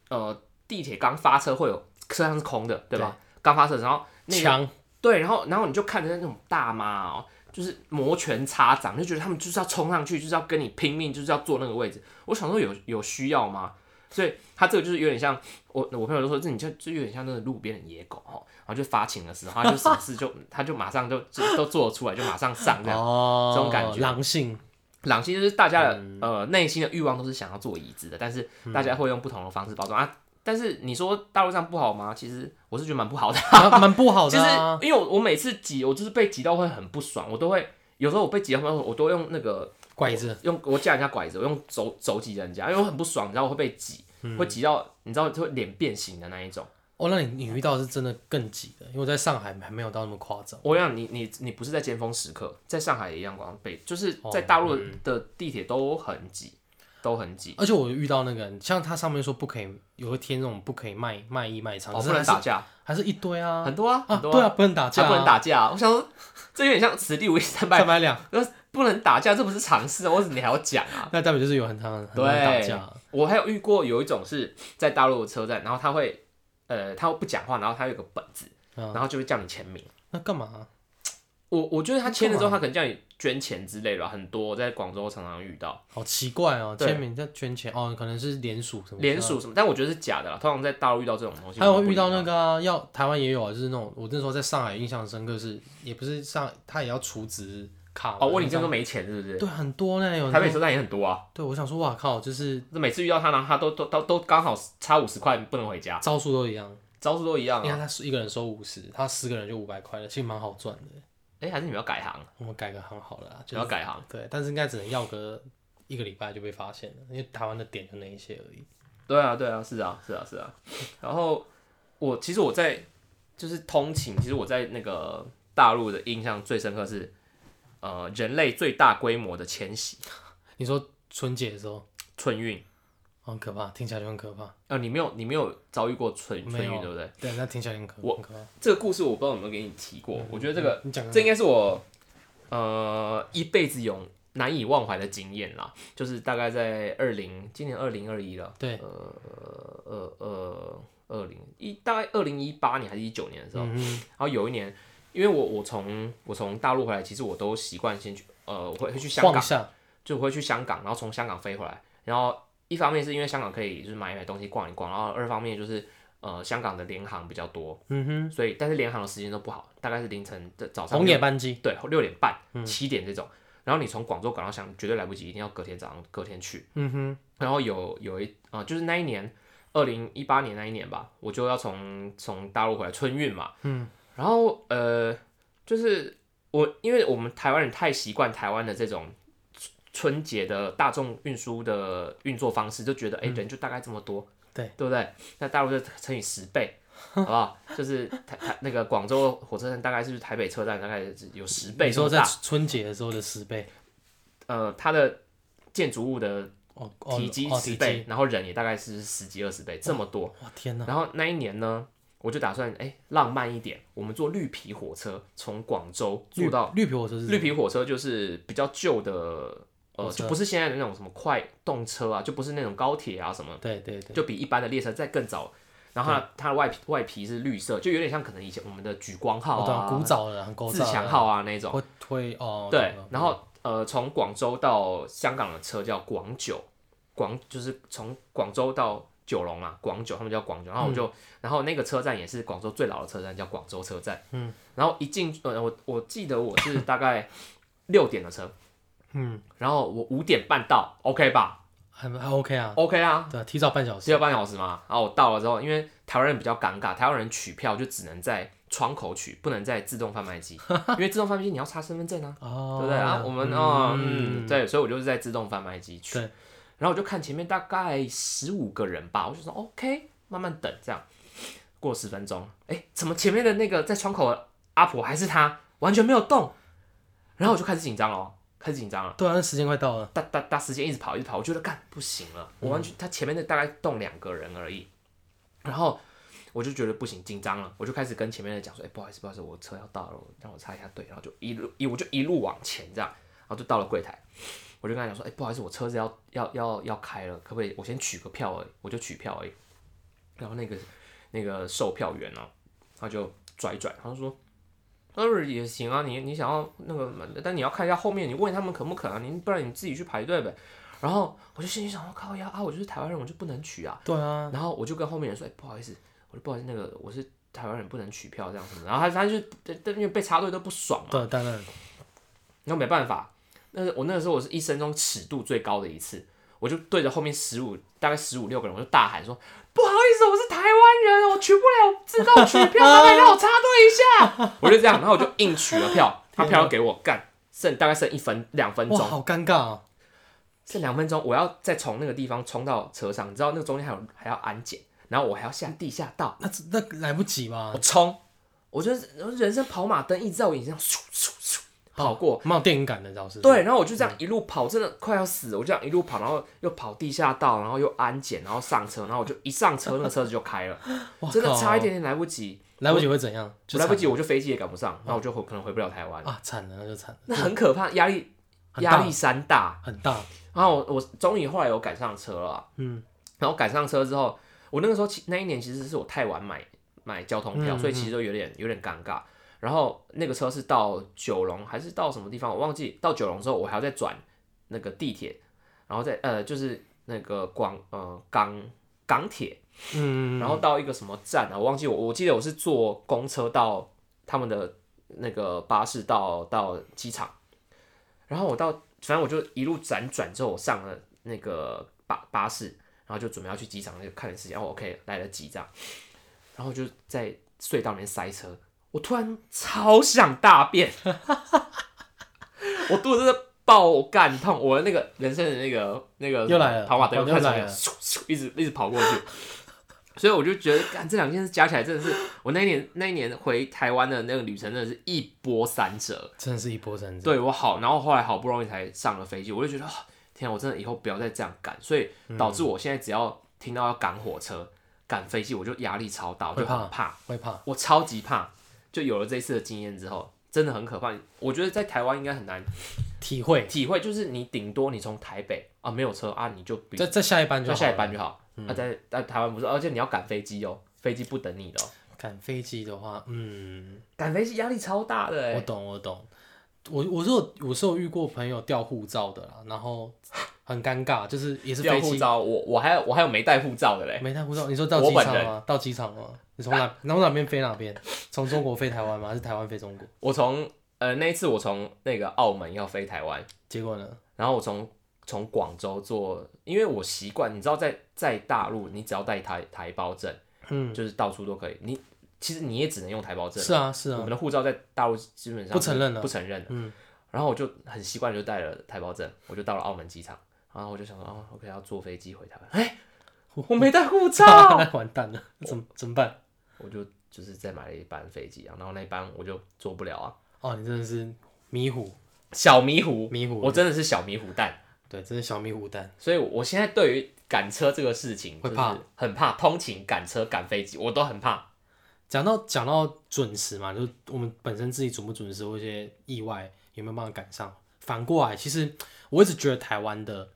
B: 呃地铁刚发车会有车厢是空的，对吧？刚发车，然后那个
A: 强
B: 对，然后然后你就看着那种大妈哦，就是摩拳擦掌，就觉得他们就是要冲上去，就是要跟你拼命，就是要坐那个位置。我想说有有需要吗？所以他这个就是有点像我我朋友就说，这你就就有点像那个路边的野狗哦，然后就发情的时候，他就什么事就他就马上就就都做得出来，就马上上这样。
A: 哦，
B: 这种感觉
A: 狼 性，
B: 朗心就是大家的、
A: 嗯
B: 呃内心的欲望都是想要做椅子的，但是大家会用不同的方式包装、啊。但是你说大陆上不好吗？其实我是觉得蛮不好的。
A: 蛮蛮不好
B: 其
A: 的
B: 实
A: 啊，
B: 因为我我每次挤，我就是被挤到会很不爽，我都会有时候我被挤到会，我都用那个
A: 拐子，
B: 用我架人家拐子，我用肘肘击人家，因为我很不爽，你知道我会被挤，
A: 嗯
B: 会挤到你知道就会脸变形的那一种。
A: 哦，那你你遇到的是真的更挤的，因为我在上海还没有到那么夸张，
B: 我想你你你不是在尖峰时刻，在上海也一样，光被就是
A: 哦
B: 在大陆
A: 嗯
B: 的地铁都很挤，都很挤，
A: 而且我遇到那个，像他上面说不可以，有一天那种不可以卖卖艺卖唱，
B: 哦
A: 可是
B: 不能
A: 还是
B: 打架，
A: 还是一堆啊
B: 很多啊
A: 啊，
B: 很多
A: 对啊，不能打
B: 他
A: 架，
B: 不能，打架、啊。我想说，这有点像此地无银三百
A: 三
B: 两，
A: 百两，
B: 不能打架，这不是常事啊！为什么你还要讲啊？
A: 那代表就是有很常很常打
B: 对
A: 架，，啊
B: 我还有遇过有一种是在大陆的车站，然后他会，呃，他不讲话，然后他有个本子，
A: 嗯
B: 然后就会叫你签名。
A: 那干嘛？
B: 我我觉得他签了之后，他可能叫你捐钱之类的吧，很多我在广州常常遇到
A: 好奇怪哦，
B: 对
A: 签名在捐钱哦，可能是联署什么之类的
B: 联，署什么，但我觉得是假的啦。通常在大陆遇到这种东西，
A: 啊还有
B: 我不
A: 遇到那
B: 理
A: 个啊，要台湾也有啊，就是那种我那时候在上海印象深刻是，也不是上他也要储值卡嘛
B: 他哦，问你这
A: 那
B: 个
A: 种
B: 没钱是不是？
A: 对很多呢，有那
B: 台北
A: 种
B: 车站也很多啊，
A: 对我想说哇靠，就是
B: 这每次遇到他，然后他都都都都刚好差五十块不能回家，
A: 招数都一样，
B: 招数都一样
A: 你
B: 啊。
A: 看他一个人收五十，他十个人就五百块了，其实蛮好赚的。
B: 哎，还是你们要改行，
A: 我们改个行好了啊，
B: 你
A: 就
B: 要
A: 是
B: 改行。
A: 对，但是应该只能要个一个礼拜就被发现了，因为台湾的点就那一些而已。
B: 对啊，对啊，是啊，是啊，是啊。然后我其实我在就是通勤，其实我在那个大陆的印象最深刻是，呃，人类最大规模的迁徙
A: 你说春节的时候，哦
B: 春运。
A: 很可怕，听起来就很可怕。
B: 呃，你没有你没有遭遇过春春
A: 没
B: 运
A: 有
B: 对不对？
A: 对，那听起来很可
B: 我
A: 很可怕。
B: 这个故事我不知道有没有给你提过，
A: 嗯
B: 我觉得这个
A: 你讲啊
B: 这应该是我呃一辈子永难以忘怀的经验啦。就是大概在二零今年二零二一了，
A: 对，
B: 呃呃二零一大概二零一八年还是一九年的时候，
A: 嗯哦
B: 然后有一年，因为我我从我从大陆回来，其实我都习惯先去呃我会会去香
A: 晃
B: 港，
A: 下
B: 就会去香港，然后从香港飞回来。然后一方面是因为香港可以就是买一买东西逛一逛，然后二方面就是呃香港的联航比较多，
A: 嗯哼，
B: 所以但是联航的时间都不好，大概是凌晨的早上
A: 红眼班机，
B: 对，六点半、七点这种。然后你从广州赶到香，绝对来不及，一定要隔天早上隔天去。
A: 嗯哼，
B: 然后有有一啊、就是那一年，二零一八年那一年吧，我就要从从大陆回来春运嘛。
A: 嗯。
B: 然后呃，就是我因为我们台湾人太习惯台湾的这种春春节的大众运输的运作方式，就觉得哎、诶人就大概这么多，
A: 嗯对
B: 对不对？那大陆就乘以十倍。好不好？就是台台那个广州火车站大概是台北车站大概有十倍
A: 你
B: 这
A: 说
B: 么
A: 在
B: 大，
A: 春节的时候的十倍，
B: 呃，它的建筑物的
A: 哦哦
B: 体积
A: 哦
B: 十
A: 体
B: 倍，
A: 积，哦嗯
B: 然后人也大概是十几二十倍，这么多。
A: 哇天哪，
B: 然后那一年呢，我就打算哎、浪漫一点，我们坐绿皮火车从广州坐
A: 绿
B: 到
A: 绿皮火车是什么
B: 绿皮火车，就是比较旧的，呃，
A: 火车
B: 就不是现在的那种什么快动车啊，就不是那种高铁啊什么，
A: 对对对，
B: 就比一般的列车再更早。然后它它的外皮外皮是绿色，就有点像可能以前我们的莒光号
A: 我懂
B: 啊、
A: 哦古早的，很古
B: 自
A: 早的
B: 强号啊那种。
A: 会推哦，
B: 对
A: 懂了，
B: 然后呃，从广州到香港的车叫广九，广就是从广州到九龙嘛，广九他们叫广九，然后我
A: 嗯
B: 就，然后那个车站也是广州最老的车站，叫广州车站。嗯，然后一进呃，我我记得我是大概 六点的车，嗯，然后我五点半到，OK 吧
A: 还还 OK 啊，
B: ？OK 啊，
A: 对啊，提早半小
B: 只有
A: 时，
B: 半小时嘛。然后我到了之后，因为台湾人比较尴尬，台湾人取票就只能在窗口取，不能在自动贩卖机，因为自动贩卖机你要插身份证啊。
A: 哦，
B: 对不对啊？我们哦，嗯，对，所以我就是在自动贩卖机去
A: 对，
B: 然后我就看前面大概十五个人吧，我就说 OK，慢慢等这样。过十分钟，哎，怎么前面的那个在窗口的阿婆还是她，完全没有动？然后我就开始紧张了哦，开始紧张了。
A: 对啊，那时间快到了，
B: 哒哒哒，时间一直跑，一直跑，我觉得干不行了，我完全他前面的大概动两个人而已，然后我就觉得不行，紧张了，我就开始跟前面的讲说，哎、不好意思，不好意思，我车要到了，让我插一下队，然后就一路一我就一路往前这样，然后就到了柜台，我就跟他讲说，哎、不好意思，我车子要要要要开了，可不可以我先取个票而已，我就取票而已，然后那个那个售票员哦、他就拽一拽，他就说。当然也行啊，你你想要那个，但你要看一下后面，你问他们肯不肯啊，你不然你自己去排队呗。然后我就心里想，我靠呀啊，我就是台湾人，我就不能取啊。
A: 对啊，
B: 然后我就跟后面人说，哎、不好意思，我就不好意思，那个我是台湾人，不能取票这样什么的。然后他他就但但因为被插队都不爽嘛，
A: 对，当然
B: 然后没办法，那个我那个时候我是一生中尺度最高的一次，我就对着后面十五大概十五六个人，我就大喊说：“不好意思，我是台湾人，我取不了自动取票，麻烦让我插队一下。” 我就这样，然后我就硬取了票，他票要给我干，剩大概剩一分两分
A: 哇，
B: 钟，
A: 好尴尬哦，
B: 剩两分钟，我要再从那个地方冲到车上，你知道那个中间还有还要安检，然后我还要下地下道，
A: 那那来不及吧
B: 我？冲，我就是我人生跑马灯一直在我眼睛上咻咻咻跑过，
A: 蛮有电影感的，老师，
B: 对，，然后我就这
A: 嗯
B: 样一路跑，真的快要死了。我就这样一路跑，然后又跑地下道，然后又安检，然后上车，然后我就一上车，那个车子就开了，
A: 哇
B: 真的
A: 靠
B: 差一点点来不及，
A: 来不及会怎样？就
B: 我来不
A: 惨嗯
B: 及，我就飞机也赶不上，然后我就回可能回不 了台湾，
A: 啊，惨了，那就惨了，
B: 那很可怕，压力
A: 很大
B: 压力山大。
A: 很大，
B: 然后我我终于后来有赶上车了啊，
A: 嗯，
B: 然后赶上车之后，我那个时候其那一年其实是我太晚买买交通票，
A: 嗯
B: 所以其实就有点有点尴尬。然后那个车是到九龙还是到什么地方，我忘记。到九龙之后，我还要再转那个地铁，然后再呃就是那个广呃港港铁，
A: 嗯，
B: 然后到一个什么站啊，我忘记我我记得我是坐公车到他们的那个巴士到到机场，然后我到反正我就一路辗转之后，我上了那个巴巴士，然后就准备要去机场，就看时间，哦，OK 来得及这样，然后就在隧道里面塞车，我突然超想大便，我肚子真的爆干痛，我的那个人生的那个那个
A: 又来了
B: 跑马灯
A: 又
B: 开始
A: 来了
B: 咻咻一直一直跑过去。所以我就觉得，干这两件事加起来真的是，我那一年那一年回台湾的那个旅程真的是一波三折。
A: 真的是一波三折，
B: 对我好，然后后来好不容易才上了飞机，我就觉得，哦、天、啊，我真的以后不要再这样赶，所以
A: 嗯
B: 导致我现在只要听到要赶火车、赶飞机，我就压力超大，我就
A: 会怕
B: 很怕，
A: 会怕，
B: 我超级怕。就有了这次的经验之后，真的很可怕。我觉得在台湾应该很难
A: 体会，
B: 体会，就是你顶多你从台北啊没有车啊，你就比
A: 再再下一班就
B: 就
A: 好
B: 下一
A: 了嗯
B: 班就好。啊，在在台湾不是，而且你要赶飞机哦，飞机不等你的、哦，
A: 赶飞机的话，嗯，
B: 赶飞机压力超大的、
A: 我
B: 欸。
A: 懂我懂，我我是有我是有遇过朋友掉护照的啦，然后很尴尬，就是也是
B: 掉
A: 飞
B: 护
A: 机
B: 照，我我还有我还有没带护照的嘞，
A: 没带护照，你说到
B: 我
A: 机
B: 本
A: 场
B: 人
A: 吗？到机场吗？你从 哪从哪边飞哪边？从中国飞台湾吗？还是台湾飞中国？
B: 我从呃那一次我从那个澳门要飞台湾，
A: 结果呢？
B: 然后我从从广州坐，因为我习惯，你知道在在大陆，你只要带台台胞证，
A: 嗯，
B: 就是到处都可以。你其实你也只能用台胞证，
A: 是啊是
B: 我
A: 啊
B: 们，的护照在大陆基本上
A: 不承认
B: 了，
A: 了
B: 不承认了。
A: 嗯，
B: 然后我就很习惯就带了台胞证，我就到了澳门机场，然后我就想说，哦，OK，要坐飞机回台湾。哎、我没带护照，
A: 那完蛋了，怎么怎么办？
B: 我就就是再买了一班飞机啊，然后那一班我就坐不了啊，
A: 哦，你真的是迷糊
B: 小迷糊，
A: 迷糊，
B: 我真的是小迷糊蛋，
A: 对，真是小迷糊蛋。
B: 所以我现在对于赶车这个事情
A: 会怕，
B: 很怕通勤、赶车、赶飞机，我都很怕。
A: 讲到讲到准时嘛，就是我们本身自己准不准时，或一些意外有没有办法赶上。反过来，其实我一直觉得台湾的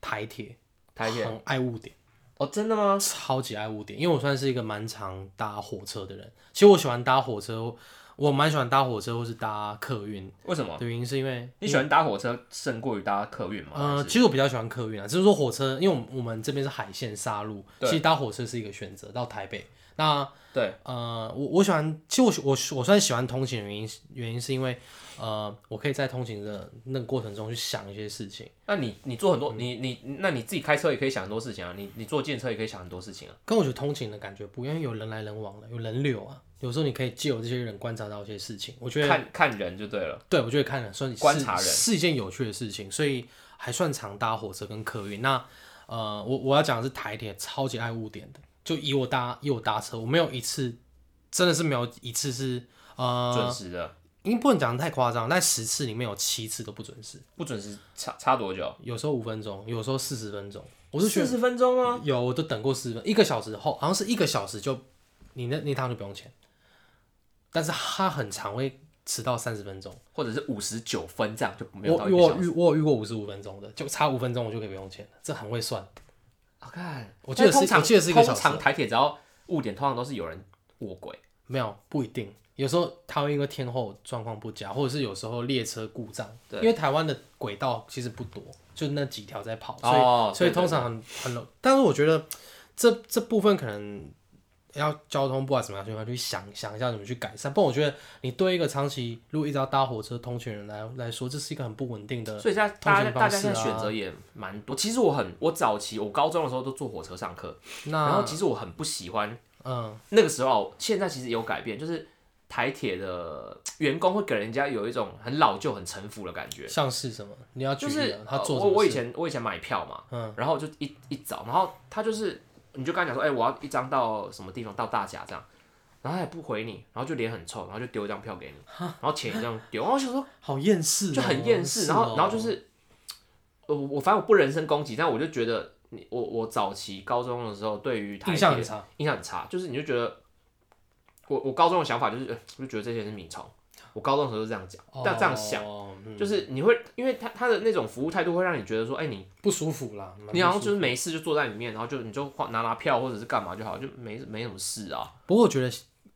A: 台铁
B: 台铁
A: 很爱误点，
B: 哦，真的吗？
A: 超级爱误点。因为我算是一个蛮常搭火车的人，其实我喜欢搭火车，我蛮喜欢搭火车或是搭客运
B: 为什么？
A: 的原因是因为
B: 你喜欢搭火车胜过于搭客运吗？
A: 呃，
B: 还是
A: 其实我比较喜欢客运啊，只是说火车，因为我们我们这边是海线沙路，
B: 对
A: 其实搭火车是一个选择到台北。那
B: 对，
A: 呃，我我喜欢，其实我喜我我算喜欢通勤的原因，原因是因为呃，我可以在通勤的那个过程中去想一些事情。
B: 那你你做很
A: 嗯
B: 多，你你那你自己开车也可以想很多事情啊，你你坐电车也可以想很多事情啊。
A: 跟我觉得通勤的感觉不一样，因为有人来人往的，有人流啊。有时候你可以借由这些人观察到一些事情，我觉得，
B: 看看人就对了。
A: 对我觉得看人算是
B: 观察人
A: 是一件有趣的事情，所以还算常搭火车跟客运。那呃，我我要讲的是台铁超级爱误点的，就以我搭以我搭车，我没有一次真的是没有一次是呃
B: 准时的，
A: 因为不能讲得太夸张，但十次里面有七次都不准时，
B: 不准时差差多久？
A: 有时候五分钟，有时候四十分钟。我是觉
B: 四十分钟啊吗？
A: 得有，我都等过四十分，一个小时后好像是一个小时就你那那趟就不用钱，但是他很常会迟到三十分钟。
B: 或者是五十九分这样就没
A: 我
B: 有到
A: 我
B: 一个小
A: 有
B: 时？
A: 遇我有遇过五十五分钟的，就差五分钟我就可以不用钱了，这很会算。
B: 我啊看，
A: 我记得
B: 但通
A: 是
B: 常
A: 我记得是一个小时
B: 通常台铁只要误点，通常都是有人卧轨。
A: 没有不一定，有时候他会因为天候状况不佳，或者是有时候列车故障，
B: 对
A: 因为台湾的轨道其实不多，就那几条在跑，所以、
B: 哦
A: 所以
B: 对对
A: 通常很很冷。但是我觉得这这部分可能要交通部啊怎么样去要去想想一下怎么去改善，不然我觉得你对一个长期如果一直要搭火车通勤人来来说，这是一个很不稳定的。
B: 所以现在大
A: 通
B: 家
A: 勤
B: 大
A: 方式
B: 家
A: 啊
B: 现在选择也蛮多。其实我很，我早期我高中的时候都坐火车上课，然后
A: 那
B: 其实我很不喜欢
A: 嗯，
B: 那个时候，现在其实有改变，就是台铁的员工会给人家有一种很老旧、很臣服的感觉。
A: 像是什么？你要举
B: 就
A: 例
B: 是
A: 啊，他做
B: 呃
A: 什
B: 我
A: 么
B: 我以
A: 事？
B: 前我以前买票嘛，
A: 嗯
B: 然后就一一早，然后他就是你就跟他讲说，哎、我要一张到什么地方到大甲这样，然后他也不回你，然后就脸很臭，然后就丢一张票给你，然后钱也这样丢，然后我想说
A: 好厌世哦，
B: 就很厌世，然
A: 哦
B: 后然后就是，呃，我反正我不人身攻击，但我就觉得你我我早期高中的时候对于台
A: 印象
B: 铁
A: 很差，
B: 印象很差，就是你就觉得我我高中的想法就是，呃就觉得这些人是米虫，我高中的时候就这样讲，但这样想。
A: 哦嗯
B: 就是你会，因为他他的那种服务态度会让你觉得说，哎、你
A: 不舒服啦。蛮不
B: 你好像
A: 舒服
B: 就是没事就坐在里面，然后就你就换拿拿票或者是干嘛就好，就没没什么事啊。
A: 不过我觉得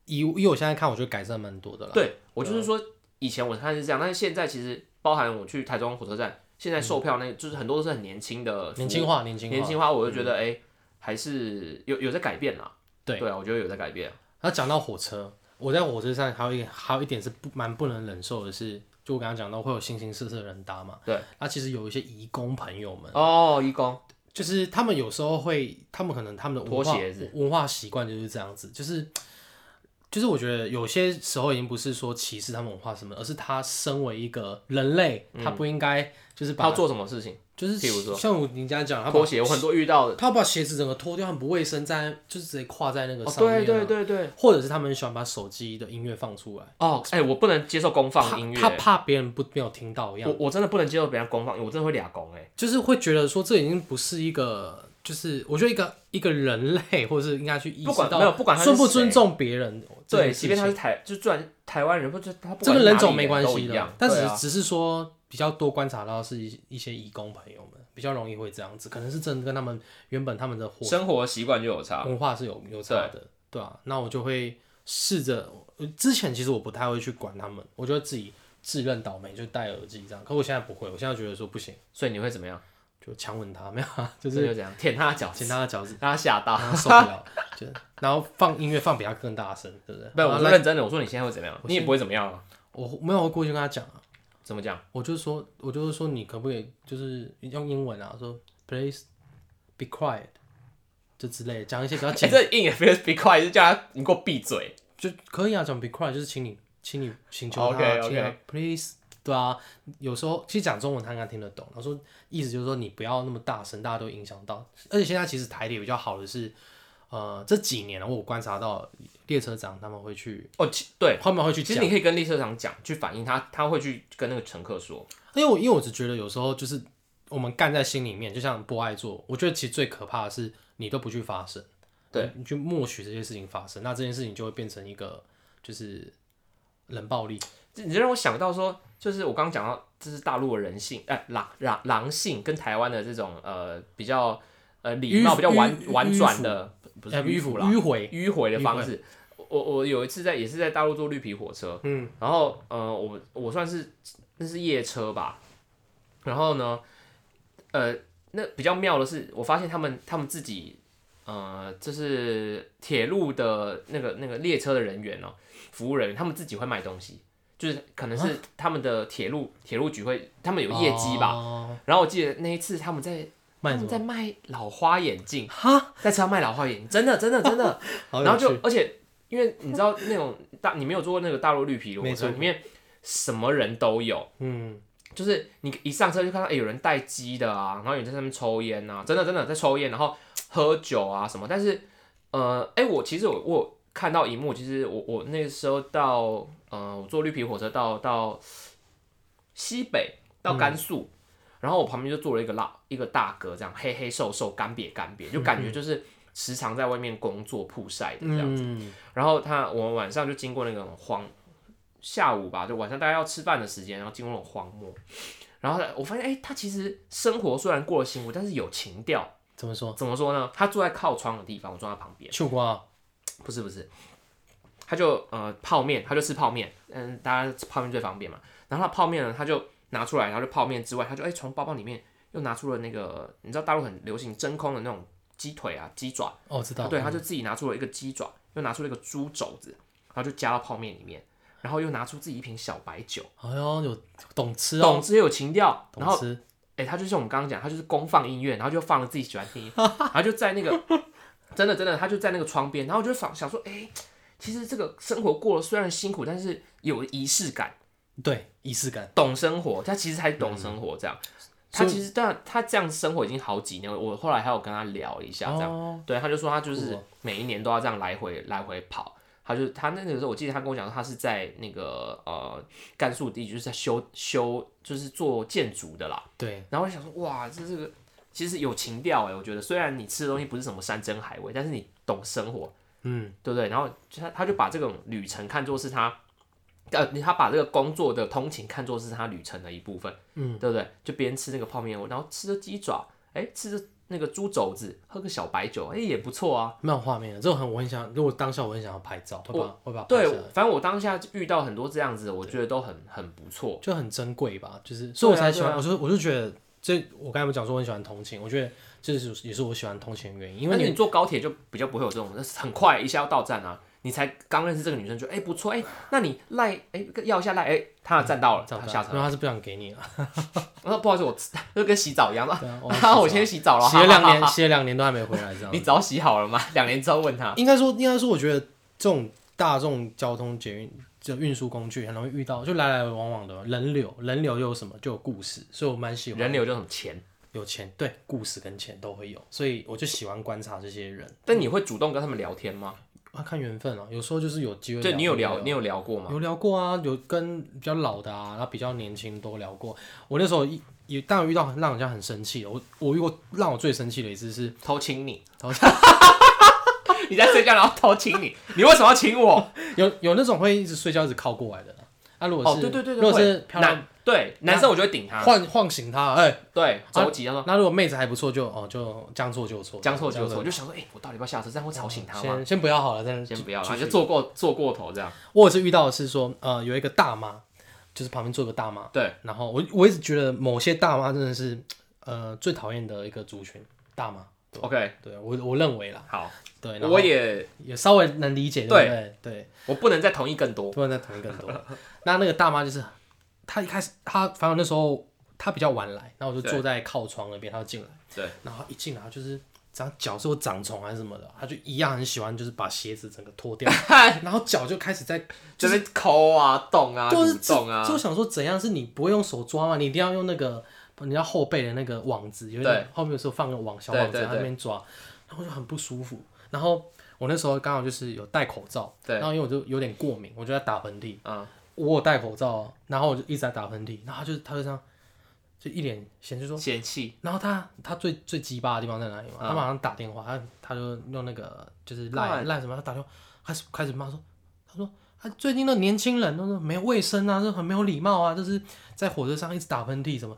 A: 以以我现在看，我觉得改善蛮多的啦。，
B: 对我
A: 嗯
B: 就是说，以前我看是这样，但是现在其实包含我去台中火车站，现在售票那、就是很多都是很年轻的服务
A: 嗯年轻化，年轻化，嗯
B: 年轻化，我就觉得哎、还是有有在改变啦。
A: 对
B: 对啊，我觉得有在改变。
A: 然后讲到火车，我在火车上还有一还有一点是不蛮不能忍受的是，就我刚刚讲到会有形形色色的人搭嘛。
B: 对。
A: 那其实有一些移工朋友们，
B: 哦，义工，
A: 就是他们有时候会，他们可能他们的文
B: 脱
A: 化
B: 鞋子
A: 文化习惯就是这样子，就是。就是我觉得有些时候已经不是说歧视他们文化什么，而是他身为一个人类，他不应该就是
B: 他
A: 把
B: 要做什么事情？
A: 就是
B: 譬如说
A: 像我你这样讲，他把
B: 拖鞋，我很多遇到的。
A: 他把鞋子整个脱掉，很不卫生，在就是直接跨在那个
B: 哦，
A: 上面、啊
B: 对对，对对。
A: 或者是他们喜欢把手机的音乐放出来，
B: 哦，哎、我不能接受公放音乐。
A: 他他怕别人不没有听到一样
B: 我，我真的不能接受别人公放，我真的会俩公哎、
A: 就是会觉得说这已经不是一个，就是我觉得一个一个人类，或者是应该去意
B: 不
A: 识
B: 管
A: 到，
B: 没有不管他是
A: 尊不
B: 谁
A: 尊重别人这件
B: 对，
A: 事
B: 即
A: 情，
B: 便他是台，就虽然台湾人，或者他不
A: 这跟
B: 管是哪
A: 人
B: 里
A: 种没关
B: 都
A: 系
B: 一
A: 的
B: 样，，
A: 但只
B: 对
A: 是、
B: 啊
A: 只是说比较多观察到是一一些义工朋友们比较容易会这样子，可能是真的跟他们原本他们的活
B: 生活习惯就有差。
A: 文化是有有差的，对啊，那我就会试着，呃之前其实我不太会去管他们，我就会自己自认倒霉，就戴耳机这样。可我现在不会，我现在觉得说不行，
B: 所以你会怎么样？
A: 就强吻他，没 有啊，就
B: 就是是怎样舔他的脚，
A: 剪他的脚趾，
B: 让他吓到。
A: 让他受不了，就然后放音乐放比他更大声，对不对？
B: 不，我
A: 然后
B: 说
A: 来
B: 认真的，我说你现在会怎么样？你也不会怎么样啊？
A: 我没有，我过去跟他讲啊，
B: 怎么讲？
A: 我就说，我就是说你可不可以就是用英文啊，说 please be quiet，就之类的，讲一些比较
B: 哎
A: 简，
B: 这硬也非常 be quiet，就叫他你给我闭嘴。
A: 就可以啊，讲 be quiet 就是请你，请你请求他
B: OK，OK
A: 请他 please。对啊，有时候其实讲中文他应该听得懂。他说意思就是说你不要那么大声，大家都影响到。而且现在其实台铁比较好的是，呃，这几年啊我有观察到列车长他们会去，
B: 哦，其对，
A: 他们会去
B: 其
A: 讲
B: 实你可以跟列车长讲，去反映他，他会去跟那个乘客说。
A: 因为我因为我只觉得有时候就是我们干在心里面，就像不爱做，我觉得其实最可怕的是你都不去发声，
B: 对
A: 你，你去默许这些事情发生，那这件事情就会变成一个就是冷暴力。
B: 这你就让我想到说，就是我刚刚讲到，这是大陆的人性，哎、狼狼狼性跟台湾的这种呃比较呃礼貌
A: 迂
B: 比较婉
A: 迂
B: 婉转的，不是
A: 呃
B: 迂腐啦，
A: 迂回，
B: 迂回的
A: 迂
B: 方式。我我有一次在也是在大陆坐绿皮火车，
A: 嗯，
B: 然后呃我我算是那是夜车吧，然后呢，呃那比较妙的是，我发现他们他们自己呃就是铁路的那个那个列车的人员哦、服务人员他们自己会卖东西，就是可能
A: 啊
B: 是他们的铁路铁路局会他们有业绩吧，
A: 哦，
B: 然后我记得那一次他们在他
A: 慢
B: 们
A: 什
B: 在
A: 么？
B: 卖老花眼镜，
A: 哈，
B: 在车上卖老花眼镜，真的真的真的。
A: 好
B: 然后
A: 有
B: 就
A: 趣
B: 而且因为你知道那种大，你没有坐过那个大陆绿皮的火
A: 没
B: 车，
A: 错
B: 里面什么人都有，
A: 嗯，
B: 就是你一上车就看到，哎、有人带鸡的啊，然后有人在上面抽烟啊，真的真的在抽烟，然后喝酒啊什么，但是呃，哎、我其实我我有看到一幕，其实我我那时候到呃，我坐绿皮火车到到西北到甘肃。然后我旁边就坐了一个老一个大哥，这样黑黑瘦瘦、干瘪干瘪，就感觉就是时常在外面工作曝晒的这样。
A: 嗯，
B: 然后他我们晚上就经过那种荒，下午吧，就晚上大家要吃饭的时间，然后经过那种荒漠，然后我发现，哎、他其实生活虽然过得辛苦，但是有情调。
A: 怎么说？
B: 怎么说呢？他坐在靠窗的地方，我坐在旁边，
A: 秋瓜
B: 不是不是，他就呃泡面，他就吃泡面，嗯，大家吃泡面最方便嘛。然后他泡面呢，他就拿出来，然后就泡面之外，他就哎从、包包里面又拿出了那个，你知道大陆很流行真空的那种鸡腿啊、鸡爪。
A: 哦，知道，
B: 对，他就自己拿出了一个鸡爪，又拿出了一个猪肘子，然后就加到泡面里面，然后又拿出自己一瓶小白酒，
A: 哎呦，有懂吃哦，
B: 懂之又有情调。然
A: 懂
B: 后，
A: 吃，
B: 哎、他就是我们刚刚讲，他就是公放音乐，然后就放了自己喜欢听，然后就在那个， 真的真的，他就在那个窗边，然后我就想想说，哎、其实这个生活过得虽然辛苦，但是有仪式感，
A: 对，仪式感，
B: 懂生活，他其实才懂生活这样。
A: 嗯
B: 他
A: 所以
B: 其实，但他这样生活已经好几年了。我后来还有跟他聊一下，这样，
A: 哦，
B: 对，他就说他就是
A: 酷哦
B: 每一年都要这样来回来回跑。他就他那个时候，我记得他跟我讲说，他是在那个呃甘肃地区，就是在修修，就是做建筑的啦。
A: 对，
B: 然后我就想说，哇，这这个其实有情调哎，我觉得虽然你吃的东西不是什么山珍海味，但是你懂生活，
A: 嗯，
B: 对不对？然后就他他就把这种旅程看作是他，呃，他把这个工作的通勤看作是他旅程的一部分，
A: 嗯，
B: 对不对？就边吃那个泡面，然后吃着鸡爪，哎，吃着那个猪肘子，喝个小白酒，哎，也不错啊。
A: 蛮有画面的，这种很我很想，如果当下我很想要拍照，会把会把它拍
B: 对
A: 下来，
B: 反正我当下遇到很多这样子的，我觉得都很很不错。
A: 就很珍贵吧，就是，所以我才喜欢，
B: 对啊
A: 我就我就觉得，这我刚才不讲说我很喜欢通勤，我觉得这是也是我喜欢通勤的原因，因为
B: 但是
A: 你
B: 你坐高铁就比较不会有这种，很快一下要到站啊，你才刚认识这个女生就哎、不错哎、那你赖哎、要一下赖哎、她站到了，
A: 这样
B: 她
A: 子
B: 下
A: 啊，
B: 车
A: 因为
B: 了。
A: 他是不想给你啊，
B: 我说不好意思，我 就跟洗澡一样啊，
A: 对啊，
B: 啊我先洗澡了，
A: 洗了两
B: 哈哈哈
A: 年，洗了两年都还没回来，这
B: 哈
A: 样
B: 你。早洗好了吗？两年之后问他，
A: 应该说，应该说，我觉得这种大众交通捷运这运输工具很容易遇到，就来来往往的人流，人流又有什么，就有故事，所以我蛮喜欢
B: 人流就很钱，
A: 有钱，对，故事跟钱都会有，所以我就喜欢观察这些人，
B: 但你会主动跟他们聊天吗？
A: 啊，看缘分啊，有时候就是有机会，啊
B: 就你有聊，
A: 有
B: 你有聊过吗？
A: 有聊过啊，有跟比较老的啊，然后比较年轻都聊过。我那时候一也当然遇到让人家很生气的，我我遇过让我最生气的一次是，
B: 偷亲你
A: 偷，
B: 你在睡觉然后偷亲你，你为什么要亲我？
A: 有有那种会一直睡觉一直靠过来的啦。啊，如果
B: 哦，
A: 是、
B: 对对对对，
A: 如果
B: 会
A: 是漂亮
B: 男对男生我就会顶他，
A: 唤唤醒他，哎、
B: 对，着急他说。
A: 那如果妹子还不错就哦就将错就错，
B: 将错就错，我就想说，哎、我到底要不要下车？这样会吵醒他吗？
A: 先先不要好了，但是
B: 先不要啦，
A: 继续
B: 就坐过坐过头这样。
A: 我有次遇到的是说，呃，有一个大妈，就是旁边坐个大妈。
B: 对，
A: 然后我我一直觉得某些大妈真的是呃最讨厌的一个族群，大妈。
B: ，OK，
A: 对我我认为啦，
B: 好，
A: 对，然后
B: 我也
A: 也稍微能理解，对不对？对，
B: 我不能再同意更多。
A: 突然在同一个人多。那那个大妈就是，她一开始她反正那时候她比较晚来，然后我就
B: 对
A: 坐在靠窗那边，她就进来，
B: 对，
A: 然后一进来她就是。长脚是有长虫还是什么的，她就一样很喜欢，就是把鞋子整个脱 掉，然后脚就开始在，
B: 就是抠啊、动啊、
A: 就是
B: 蠕动啊，
A: 就想说怎样是你不会用手抓吗？你一定要用那个人家后背的那个网子，有
B: 对
A: 点后面有时候放个网小
B: 对
A: 网子
B: 对
A: 在那
B: 对
A: 边抓，然后就很不舒服。然后我那时候刚好就是有戴口罩，
B: 对
A: 然后因为我就有点过敏，我就在打喷嚏，
B: 嗯，
A: 我有戴口罩哦，然后我就一直在打喷嚏，然后他就他就这样，就一脸嫌弃说，
B: 嫌弃，
A: 然后他他最最鸡巴的地方在哪里嘛？
B: 嗯
A: 他马上打电话，他他就用那个就是赖
B: 干
A: 赖什么，他打电话开始开始骂说，他说他最近的年轻人都是没有卫生啊，就很没有礼貌啊，就是在火车上一直打喷嚏什么。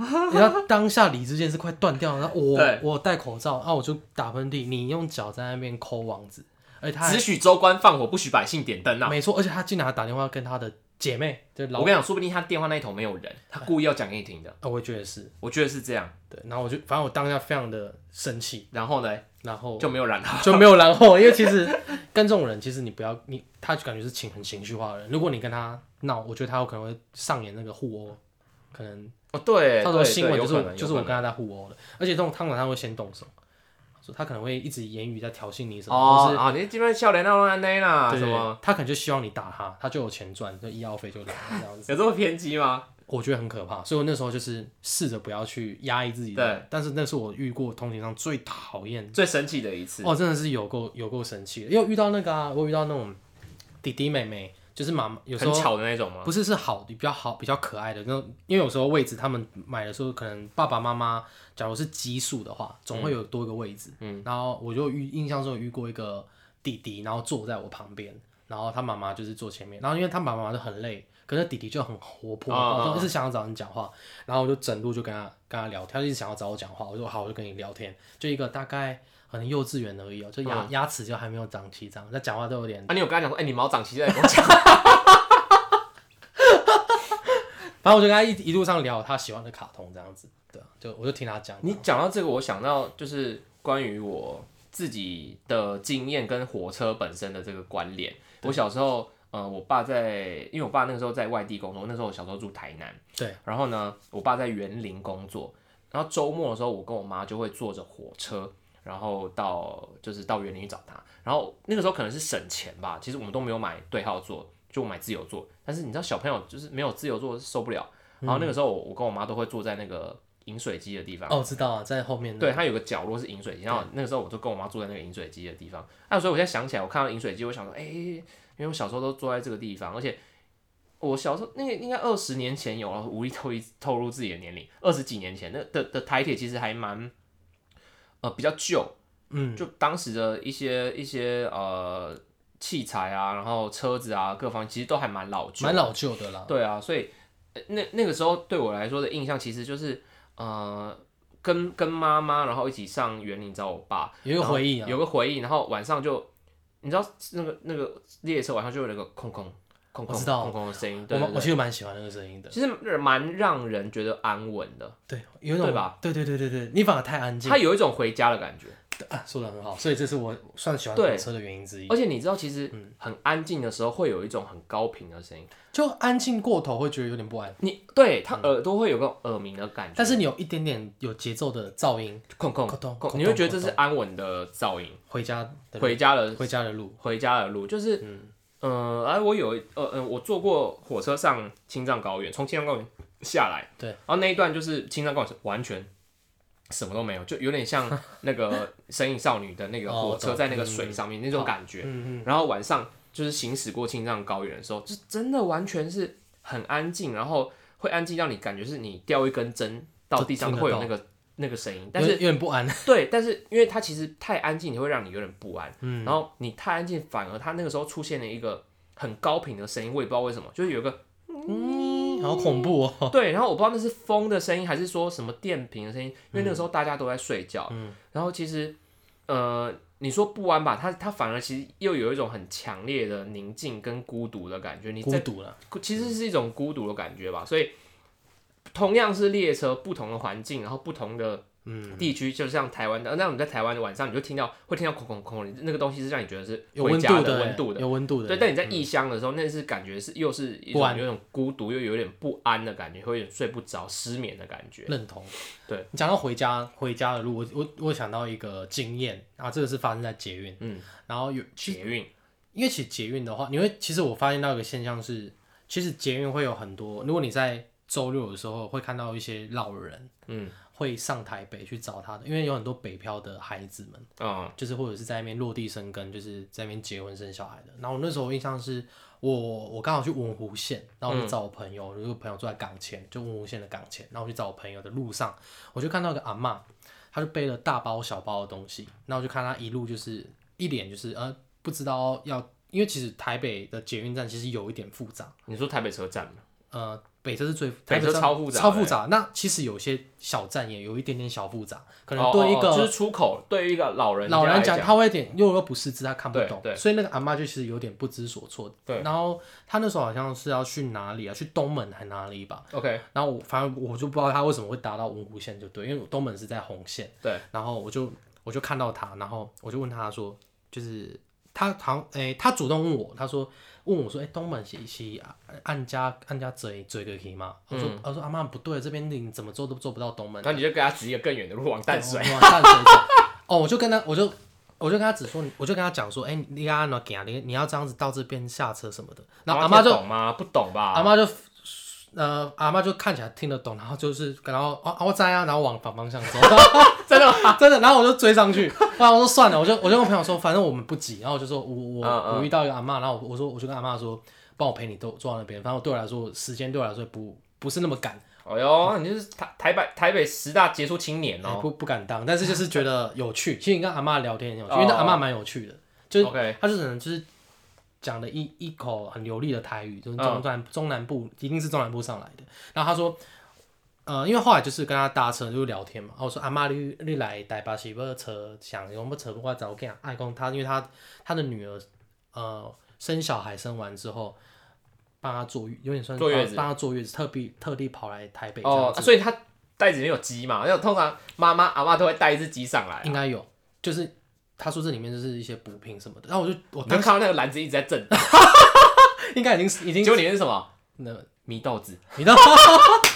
A: 你知道当下理智线是快断掉了，然后我
B: 对
A: 我戴口罩啊，我就打喷嚏，你用脚在那边抠网子，而且他还
B: 只许州官放火，不许百姓点灯啊！
A: 没错，而且他竟然还打电话跟他的姐妹，就是老
B: 我跟你讲，说不定他电话那一头没有人，他故意要讲给你听的。
A: 啊，我也觉得是
B: 我觉得是这样。
A: 对。然后我就，反正我当下非常的生气，
B: 然后呢，
A: 然后
B: 就没有染 他。
A: 就没有然后，因为其实跟这种人，其实你不要你，他就感觉是情很情绪化的人。如果你跟他闹，我觉得他有可能会上演那个互殴，可能
B: 哦，对，
A: 到时候
B: 对
A: 新
B: 对
A: 闻就
B: 有
A: 是
B: 可
A: 我
B: 能
A: 就是
B: 有
A: 我
B: 可
A: 跟他在互殴的，而且这种通常他会先动手，说他可能会一直言语在挑衅你什
B: 能
A: 么，
B: 哦
A: 或是
B: 啊，你基本笑脸那种安内啦，
A: 对
B: 什么
A: 他可能就希望你打他，他就有钱赚，就医药费就来这样子。
B: 有这么偏激吗？
A: 我觉得很可怕，所以我那时候就是试着不要去压抑自己的，但是那是我遇过通勤上最讨厌，
B: 最生气的一次，
A: 哦，真的是有够有够生气的，因为遇到那个啊，我遇到那种弟弟妹妹，就是妈妈有时
B: 很
A: 候
B: 巧的那种吗？
A: 不是是好的比较好比较可爱的，那种因为有时候位置他们买的时候，可能爸爸妈妈假如是奇数的话，总会有多一个位置，嗯，然后我就遇印象中有遇过一个弟弟，然后坐在我旁边，然后他妈妈就是坐前面，然后因为他爸爸妈妈就很累，可是弟弟就很活泼，
B: 啊
A: 然
B: 啊
A: 后
B: 啊
A: 一直想要找人讲话，然后我就整路就跟他跟他聊天，他就一直想要找我讲话，我说好，我就跟你聊天，就一个大概可能幼稚园而已哦，就牙、
B: 嗯
A: 牙齿就还没有长齐这样，那讲话都有点
B: 啊，你有跟他讲说，哎，你毛长齐在跟我讲，
A: 反正我就跟他一一路上聊他喜欢的卡通这样子，对啊，就我就听他讲。
B: 你讲到这个，我想到就是关于我自己的经验跟火车本身的这个关联。我小时候，呃，我爸在，因为我爸那个时候在外地工作，那时候我小时候住台南，
A: 对，
B: 然后呢，我爸在园林工作，然后周末的时候，我跟我妈就会坐着火车，然后到就是到园林去找他。然后那个时候可能是省钱吧，其实我们都没有买对号座，就买自由座。但是你知道小朋友就是没有自由座受不了。然后那个时候我我跟我妈都会坐在那个饮水机的地方，
A: 哦，我知道啊，在后面那
B: 对，它有个角落是饮水机，然后那个时候我就跟我妈坐在那个饮水机的地方。那所以我现在想起来，我看到饮水机，我想说，哎、因为我小时候都坐在这个地方，而且我小时候那个应该二十年前有了，无意透一透露自己的年龄，二十几年前那的的台铁其实还蛮呃比较旧，
A: 嗯，
B: 就当时的一些一些呃器材啊，然后车子啊各方面其实都还蛮老旧的，
A: 蛮老旧的啦。
B: 对啊，所以呃那那个时候对我来说的印象其实就是呃，跟跟妈妈，然后一起上园林找我爸，
A: 有一个回忆啊，
B: 有个回忆，然后晚上就你知道那个那个列车晚上就有那个空空空空
A: 我知道
B: 空空的声音，
A: 我
B: 对
A: 们
B: 对
A: 我
B: 对，
A: 其实蛮喜欢那个声音的。
B: 其实蛮让人觉得安稳的，
A: 对，有一种
B: 对吧？
A: 对对对对对，你反而太安静
B: 它有一种回家的感觉。
A: 啊，说的很好，所以这是我算喜欢
B: 对
A: 火车的原因之一
B: 而。且你知道，其实
A: 嗯
B: 很安静的时候会有一种很高频的声音，
A: 就安静过头会觉得有点不安，
B: 你对他耳朵会有个耳鸣的感觉，
A: 嗯但是你有一点点有节奏的噪音，
B: 空空
A: 咕咚咕
B: 空，
A: 咚
B: 你会觉得这是安稳的噪音，
A: 回家的
B: 回家的
A: 回家的路，
B: 回家的路，就是，嗯，哎、我有一呃嗯，我坐过火车上青藏高原，从青藏高原下来，
A: 对，
B: 然后那一段就是青藏高原是完全什么都没有，就有点像那 个《神隐少女》的那个
A: 哦
B: 火
A: 我
B: 车
A: 懂
B: 在那个水上
A: 哦
B: 面、那种感觉，
A: 嗯嗯，
B: 然后晚上就是行驶过青藏高原的时候，就真的完全是很安静，然后会安静到你感觉是你掉一根针到地上
A: 就听得
B: 会有
A: 到
B: 那个那个声音，
A: 但
B: 但是
A: 是有点不安，
B: 对，但是因为它其实太安静，你会让你有点不安。嗯，然后你太安静，反而它那个时候出现了一个很高频的声音，我也不知道为什么，就是有一个
A: 好恐怖哦。
B: 对，然后我不知道那是风的声音还
A: 嗯
B: 是说什么电瓶的声音，因为那个时候大家都在睡觉。嗯，然后其实呃，你说不安吧，他他反而其实又有一种很强烈的宁静跟孤独的感觉。你
A: 孤
B: 在
A: 独了，
B: 其实是一种孤独的感觉吧。所以同样是列车，不同的环境，然后不同的
A: 嗯，
B: 地区，就像台湾的，那我们在台湾的晚上，你就听到会听到空空空，那个东西是让你觉得是
A: 有
B: 回
A: 温
B: 家
A: 度
B: 的
A: 的，
B: 温度的。
A: 有温度的，
B: 对，但你在异乡的时候，那是感觉是又是一
A: 不
B: 种
A: 安
B: 有一种孤独，又有点不安的感觉，会有点睡不着、失眠的感觉。
A: 认同。
B: 对
A: 你讲到回家回家的路，我我我想到一个经验啊，这个是发生在捷运，
B: 嗯，
A: 然后有其
B: 捷运，
A: 因为其实捷运的话，你会其实我发现到一个现象是，其实捷运会有很多，如果你在周六的时候会看到一些老人
B: 嗯
A: 会上台北去找他的，因为有很多北漂的孩子们，
B: 嗯
A: 就是或者是在那边落地生根，就是在那边结婚生小孩的。然后我那时候印象是我我刚好去文湖县，然后
B: 嗯
A: 我去找我朋友，有、个朋友住在港前，就文湖县的港前，然后我去找我朋友的路上，我就看到一个阿嬷，她就背了大包小包的东西，然后我就看她一路就是一脸就是呃不知道要，因为其实台北的捷运站其实有一点复杂，
B: 你说台北车站吗？
A: 呃，北车是最
B: 北车
A: 站
B: 超复杂
A: 超
B: 的欸
A: 复杂。那其实有些小站也有一点点小复杂，可能
B: 哦
A: 对一
B: 哦
A: 个、
B: 哦就是出口，对于一个老人
A: 老人
B: 家来
A: 讲，他会有点又又不识字，他看不
B: 对
A: 懂
B: 对，
A: 所以那个阿妈就其实有点不知所措。
B: 对
A: 然后他那时候好像是要去哪里啊？去东门还哪里吧？
B: ，OK，
A: 然后我反正我就不知道他为什么会搭到文湖线，就对，因为我东门是在红线。
B: 对，
A: 然后我就我就看到他，然后我就问他说，就是他好像诶、他主动问我，他说问我说，诶、东门是是按家按家追追个可以吗？我
B: 嗯
A: 说、我说阿妈不对，这边你怎么做都做不到东门。
B: 那你就给他指一个更远的路往淡水。
A: 对，我往淡水走。哦，我就跟他，我就我就跟他只说，我就跟他讲说，哎、你要怎么行？你你要这样子到这边下车什么的。然后阿妈
B: 妈
A: 就
B: 哦懂吗？不懂
A: 阿
B: 吧？
A: 妈就呃阿妈就看起来听得懂，然后就是然后哦、啊、我在啊，然后往反方向走，
B: 真的
A: 真的，然后我就追上去，然后我说算了，我就我就跟我朋友说，反正我们不急，然后我就说我我、
B: 嗯嗯
A: 我遇到一个阿妈，然后我我说我就跟阿妈说，帮我陪你都坐到那边，反正对我来说时间对我来说不不是那么赶。
B: 哎呦，你就是台台北台北十大杰出青年
A: 哎
B: 哦。
A: 不不敢当，但是就是觉得有趣。 其实你跟阿嬷聊天很有趣，
B: 哦
A: 因为那阿嬷蛮有趣的，就是
B: OK
A: 她就可能就是讲了一一口很流利的台语，就是
B: 嗯
A: 中南、中南部一定是中南部上来的。然后她说，呃，因为后来就是跟她搭车就是聊天嘛，然后我说阿嬷你你来台北是要车想用不车我找我跟爱公她，因为她她的女儿呃生小孩生完之后。帮她坐，有点算是
B: 坐月
A: 帮
B: 子
A: 帮她坐月子，特地特地跑来台哎北这样
B: 哦，
A: 子
B: 啊所以他袋子里面有鸡嘛？那通常妈妈阿妈都会带一只鸡上来。
A: 应该有，就是他说这里面就是一些补品什么的，然后我就我
B: 我就
A: 当
B: 看到那个篮子一直在震，
A: 应该已经是已
B: 结
A: 经
B: 果里面是什么？
A: 那
B: 米豆子，
A: 米豆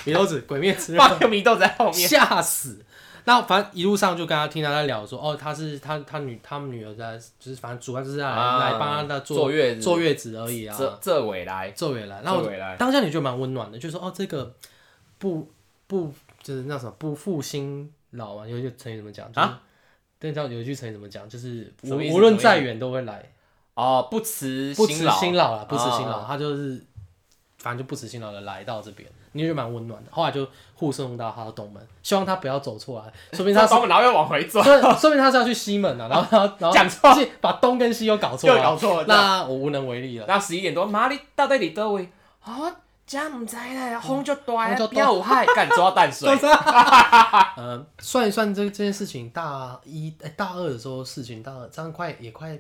A: 米 豆子鬼灭之刃
B: 放一个米豆子在后面。
A: 吓死。那反正一路上就跟他听他在聊说，哦，他是他他女他们女儿在，就是反正主要就是来、
B: 啊
A: 来帮他坐
B: 坐月子
A: 坐月子而已啊，
B: 这这尾来，
A: 坐月来。然
B: 这
A: 后我
B: 尾来，
A: 当下你就蛮温暖的，就说哦，这个不不就是那什么不负辛劳啊，有一句成语怎么讲？就是、
B: 啊，
A: 对，叫有一句成语怎么讲？就是
B: 什
A: 无
B: 么意思
A: 无论
B: 什么意思
A: 再远都会来。
B: 哦，不辞
A: 不辞
B: 劳，
A: 辛劳嗯了，不辞辛劳，
B: 啊
A: 他就是反正就不辞辛劳的来到这边，你就蛮温暖的。后来就护送到他的东门，希望他不要走错啊，说明他
B: 他
A: 是
B: 东门然后又往回走，
A: 说说明 他是要去西门啊，然后他然后
B: 讲错
A: 是把东跟西又搞错
B: 又
A: 了，
B: 搞错了。
A: 那我无能为力了。
B: 然后十一点多，妈你到底伫倒位？哦，遮唔知咧，风就大
A: 风
B: 了，
A: 就大
B: 边有海，干抓淡水。
A: 呃，算一算这这件事情，大一、哎大二的时候事情，大二这样快也快，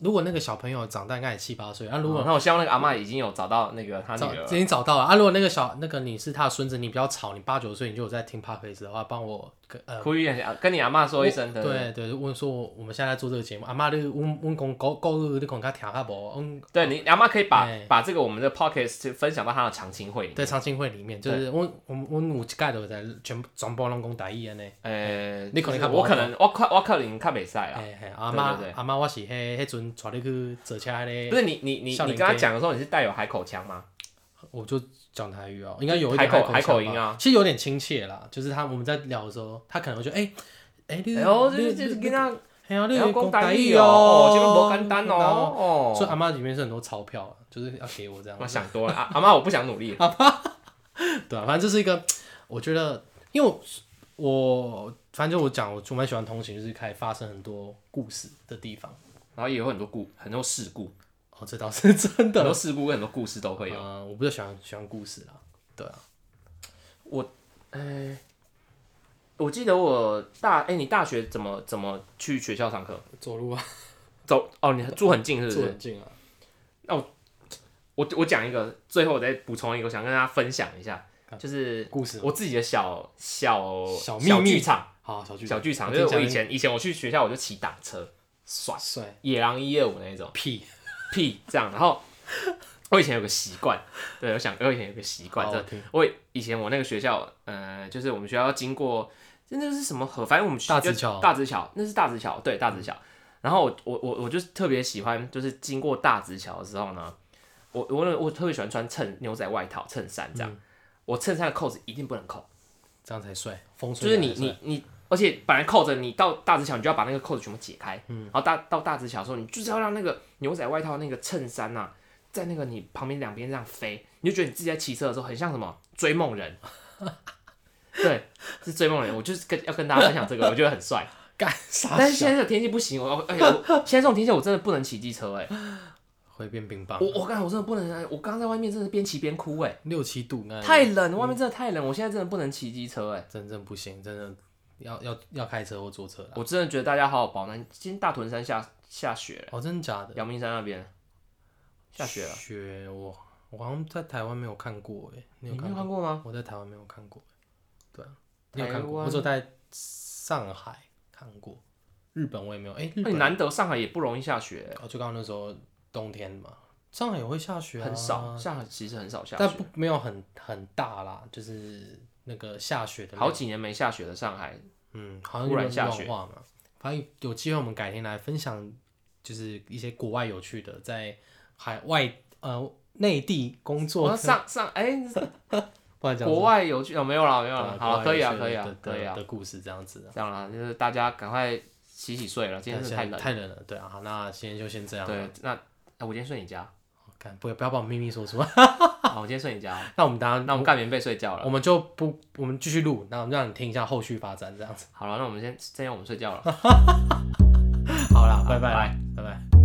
A: 如果那个小朋友长大应该也七八岁，啊，如果
B: 哦那我希望那个阿嬷已经有找到那个她女
A: 找
B: 儿
A: 已。经找到了啊！如果那个小那个你是他的孙子，你比较吵，你八九岁你就有在听 p o d c a s 的话，帮我跟呃
B: 呼吁一下，跟你阿嬷说一声的。
A: 对对，问说我们现在在做这个节目，阿妈你阮阮讲国国语你讲较听较无，嗯，
B: 对你阿妈可以把
A: 哎
B: 把这个我们的 podcast 分享到她的常青会里面。
A: 在长青会里面，就是阮阮阮有一届就在全部全部拢讲台语安尼，
B: 呃，
A: 你可能较
B: 我
A: 不
B: 可能我可我可能看比赛啦。
A: 嘿嘿，阿
B: 对
A: 妈
B: 啊对对
A: 阿妈我是迄迄阵带你去坐车咧
B: 不，是你你你
A: 哎少
B: 你
A: 年
B: 跟他
A: K
B: 讲的时候，你是带有海口腔吗？
A: 我就讲台语哦，应该有一点
B: 海口海口
A: 腔
B: 音
A: 吧
B: 啊，
A: 其实有点亲切啦，就是他我们在聊的时候，他可能会觉得哎哎你
B: 哎呦，这
A: 你
B: 这这
A: 你
B: 跟他
A: 嘿啊，你
B: 要
A: 讲
B: 讲
A: 台
B: 台
A: 语
B: 语哦，这个
A: 不
B: 不简单哦
A: 所以
B: 哦。
A: 阿妈里面是很多钞票啊，就是要给我这样
B: 我。想多了，啊阿阿妈，我不想努力。
A: 对啊，反正这是一个，我觉得，因为我我反正就我讲，我我蛮喜欢通勤，就是可以发生很多故事的地方。
B: 然后也有很多故很多事故，
A: 哦，这倒是 真
B: 很
A: 的。
B: 多事故跟很多故事都会有。
A: 呃，我不是喜欢喜欢故事啦，对啊，
B: 哎，我记得我大哎、你大学怎么怎么去学校上课？
A: 走路啊，
B: 走哦，你住很近是不
A: 住
B: 是？
A: 很近啊。
B: 我我讲一个，最后我再补充一个，我想跟大家分享一下，就是
A: 故事吗
B: 我自己的小小
A: 小秘密
B: 剧场，
A: 好，小剧
B: 小剧场，
A: 我
B: 就是
A: 听起
B: 我
A: 来
B: 以前以前我去学校我就骑打车，帅，
A: 帅
B: 野狼一二五那一种，
A: 屁，
B: 屁这样。然后 我以前有个习惯，对我想我以前有个习惯，
A: 好
B: 真的
A: 我听
B: 我以前我那个学校，呃，就是我们学校要经过，那那个是什么河？反正我们学
A: 大直桥嗯
B: 大直桥，那是大直桥，对，大直桥。然后我我我我就是特别喜欢，就是经过大直桥的时候呢，我我那我特别喜欢穿衬牛仔外套、衬衫
A: 嗯
B: 这样。我衬衫的扣子一定不能扣，
A: 这样才帅，风
B: 就
A: 吹
B: 是
A: 起来
B: 你
A: 才帅
B: 你你，而且本来扣着你到大直桥，你就要把那个扣子全部解开，然后大到大直桥的时候，你就是要让那个牛仔外套那个衬衫呐、啊在那个你旁边两边这样飞，你就觉得你自己在骑车的时候很像什么追梦人， 对，是追梦人，我就是跟要跟大家分享这个，我觉得很帅。
A: 干啥？
B: 但是现在这个天气不行，我哎、我现在这种天气我真的不能骑机车哎、
A: 会变冰棒
B: 我，我刚才我真的不能，我刚刚在外面真的边骑边哭哎、嗯
A: 六七度那
B: 太冷，外面真的太冷，我现在真的不能骑机车哎、
A: 真正不行，真的要要要开车或坐车啦。
B: 我真的觉得大家好好保暖。今天大屯山下下雪了，
A: 哦，真的假的？
B: 阳明山那边下雪了，
A: 雪我我好像在台湾没有看过哎，你
B: 你
A: 有看
B: 没有
A: 过？
B: 看过吗？
A: 我在台湾没有看过欸，对啊，你有
B: 台
A: 看过？
B: 湾
A: 我只有在上海看过，日本我也没有。哎、日
B: 那
A: 本
B: 你难得上海也不容易下雪，
A: 哦就刚刚那时候冬天嘛，上海也会下雪、啊，
B: 很少，上海其实很少下
A: 但
B: 雪，
A: 不没有很很大啦，就是那个下雪的那，
B: 好几年没下雪的上海，
A: 嗯，好像
B: 忽然下
A: 雪嘛。反正有机会我们改天来分享，就是一些国外有趣的，在海外呃内地工作
B: 我
A: 的，
B: 上上 哎，
A: 不然讲
B: 国外有去哦，没有啦，没有
A: 对
B: 啦，
A: 国
B: 好
A: 外
B: 了，可以啊，
A: 有趣
B: 可以
A: 的
B: 啊
A: 的，
B: 可以啊，
A: 的故事这样子。
B: 这样啦，就是大家赶快洗洗睡了，今天
A: 但现
B: 是太
A: 在
B: 冷，
A: 太冷了，对啊，好，那今天就先这样。
B: 对，那那我今天睡 你家，
A: 好，看不不要把我秘密说出来，
B: 好，我今天睡你家，
A: 那我们当然，
B: 那我们盖棉被睡觉了，
A: 我们就不，我们继续录，那我们让你听一下后续发展这样子。
B: 好了，那我们先先让我们睡觉了，
A: 好啦，
B: 好
A: 拜拜
B: 拜，
A: 拜拜。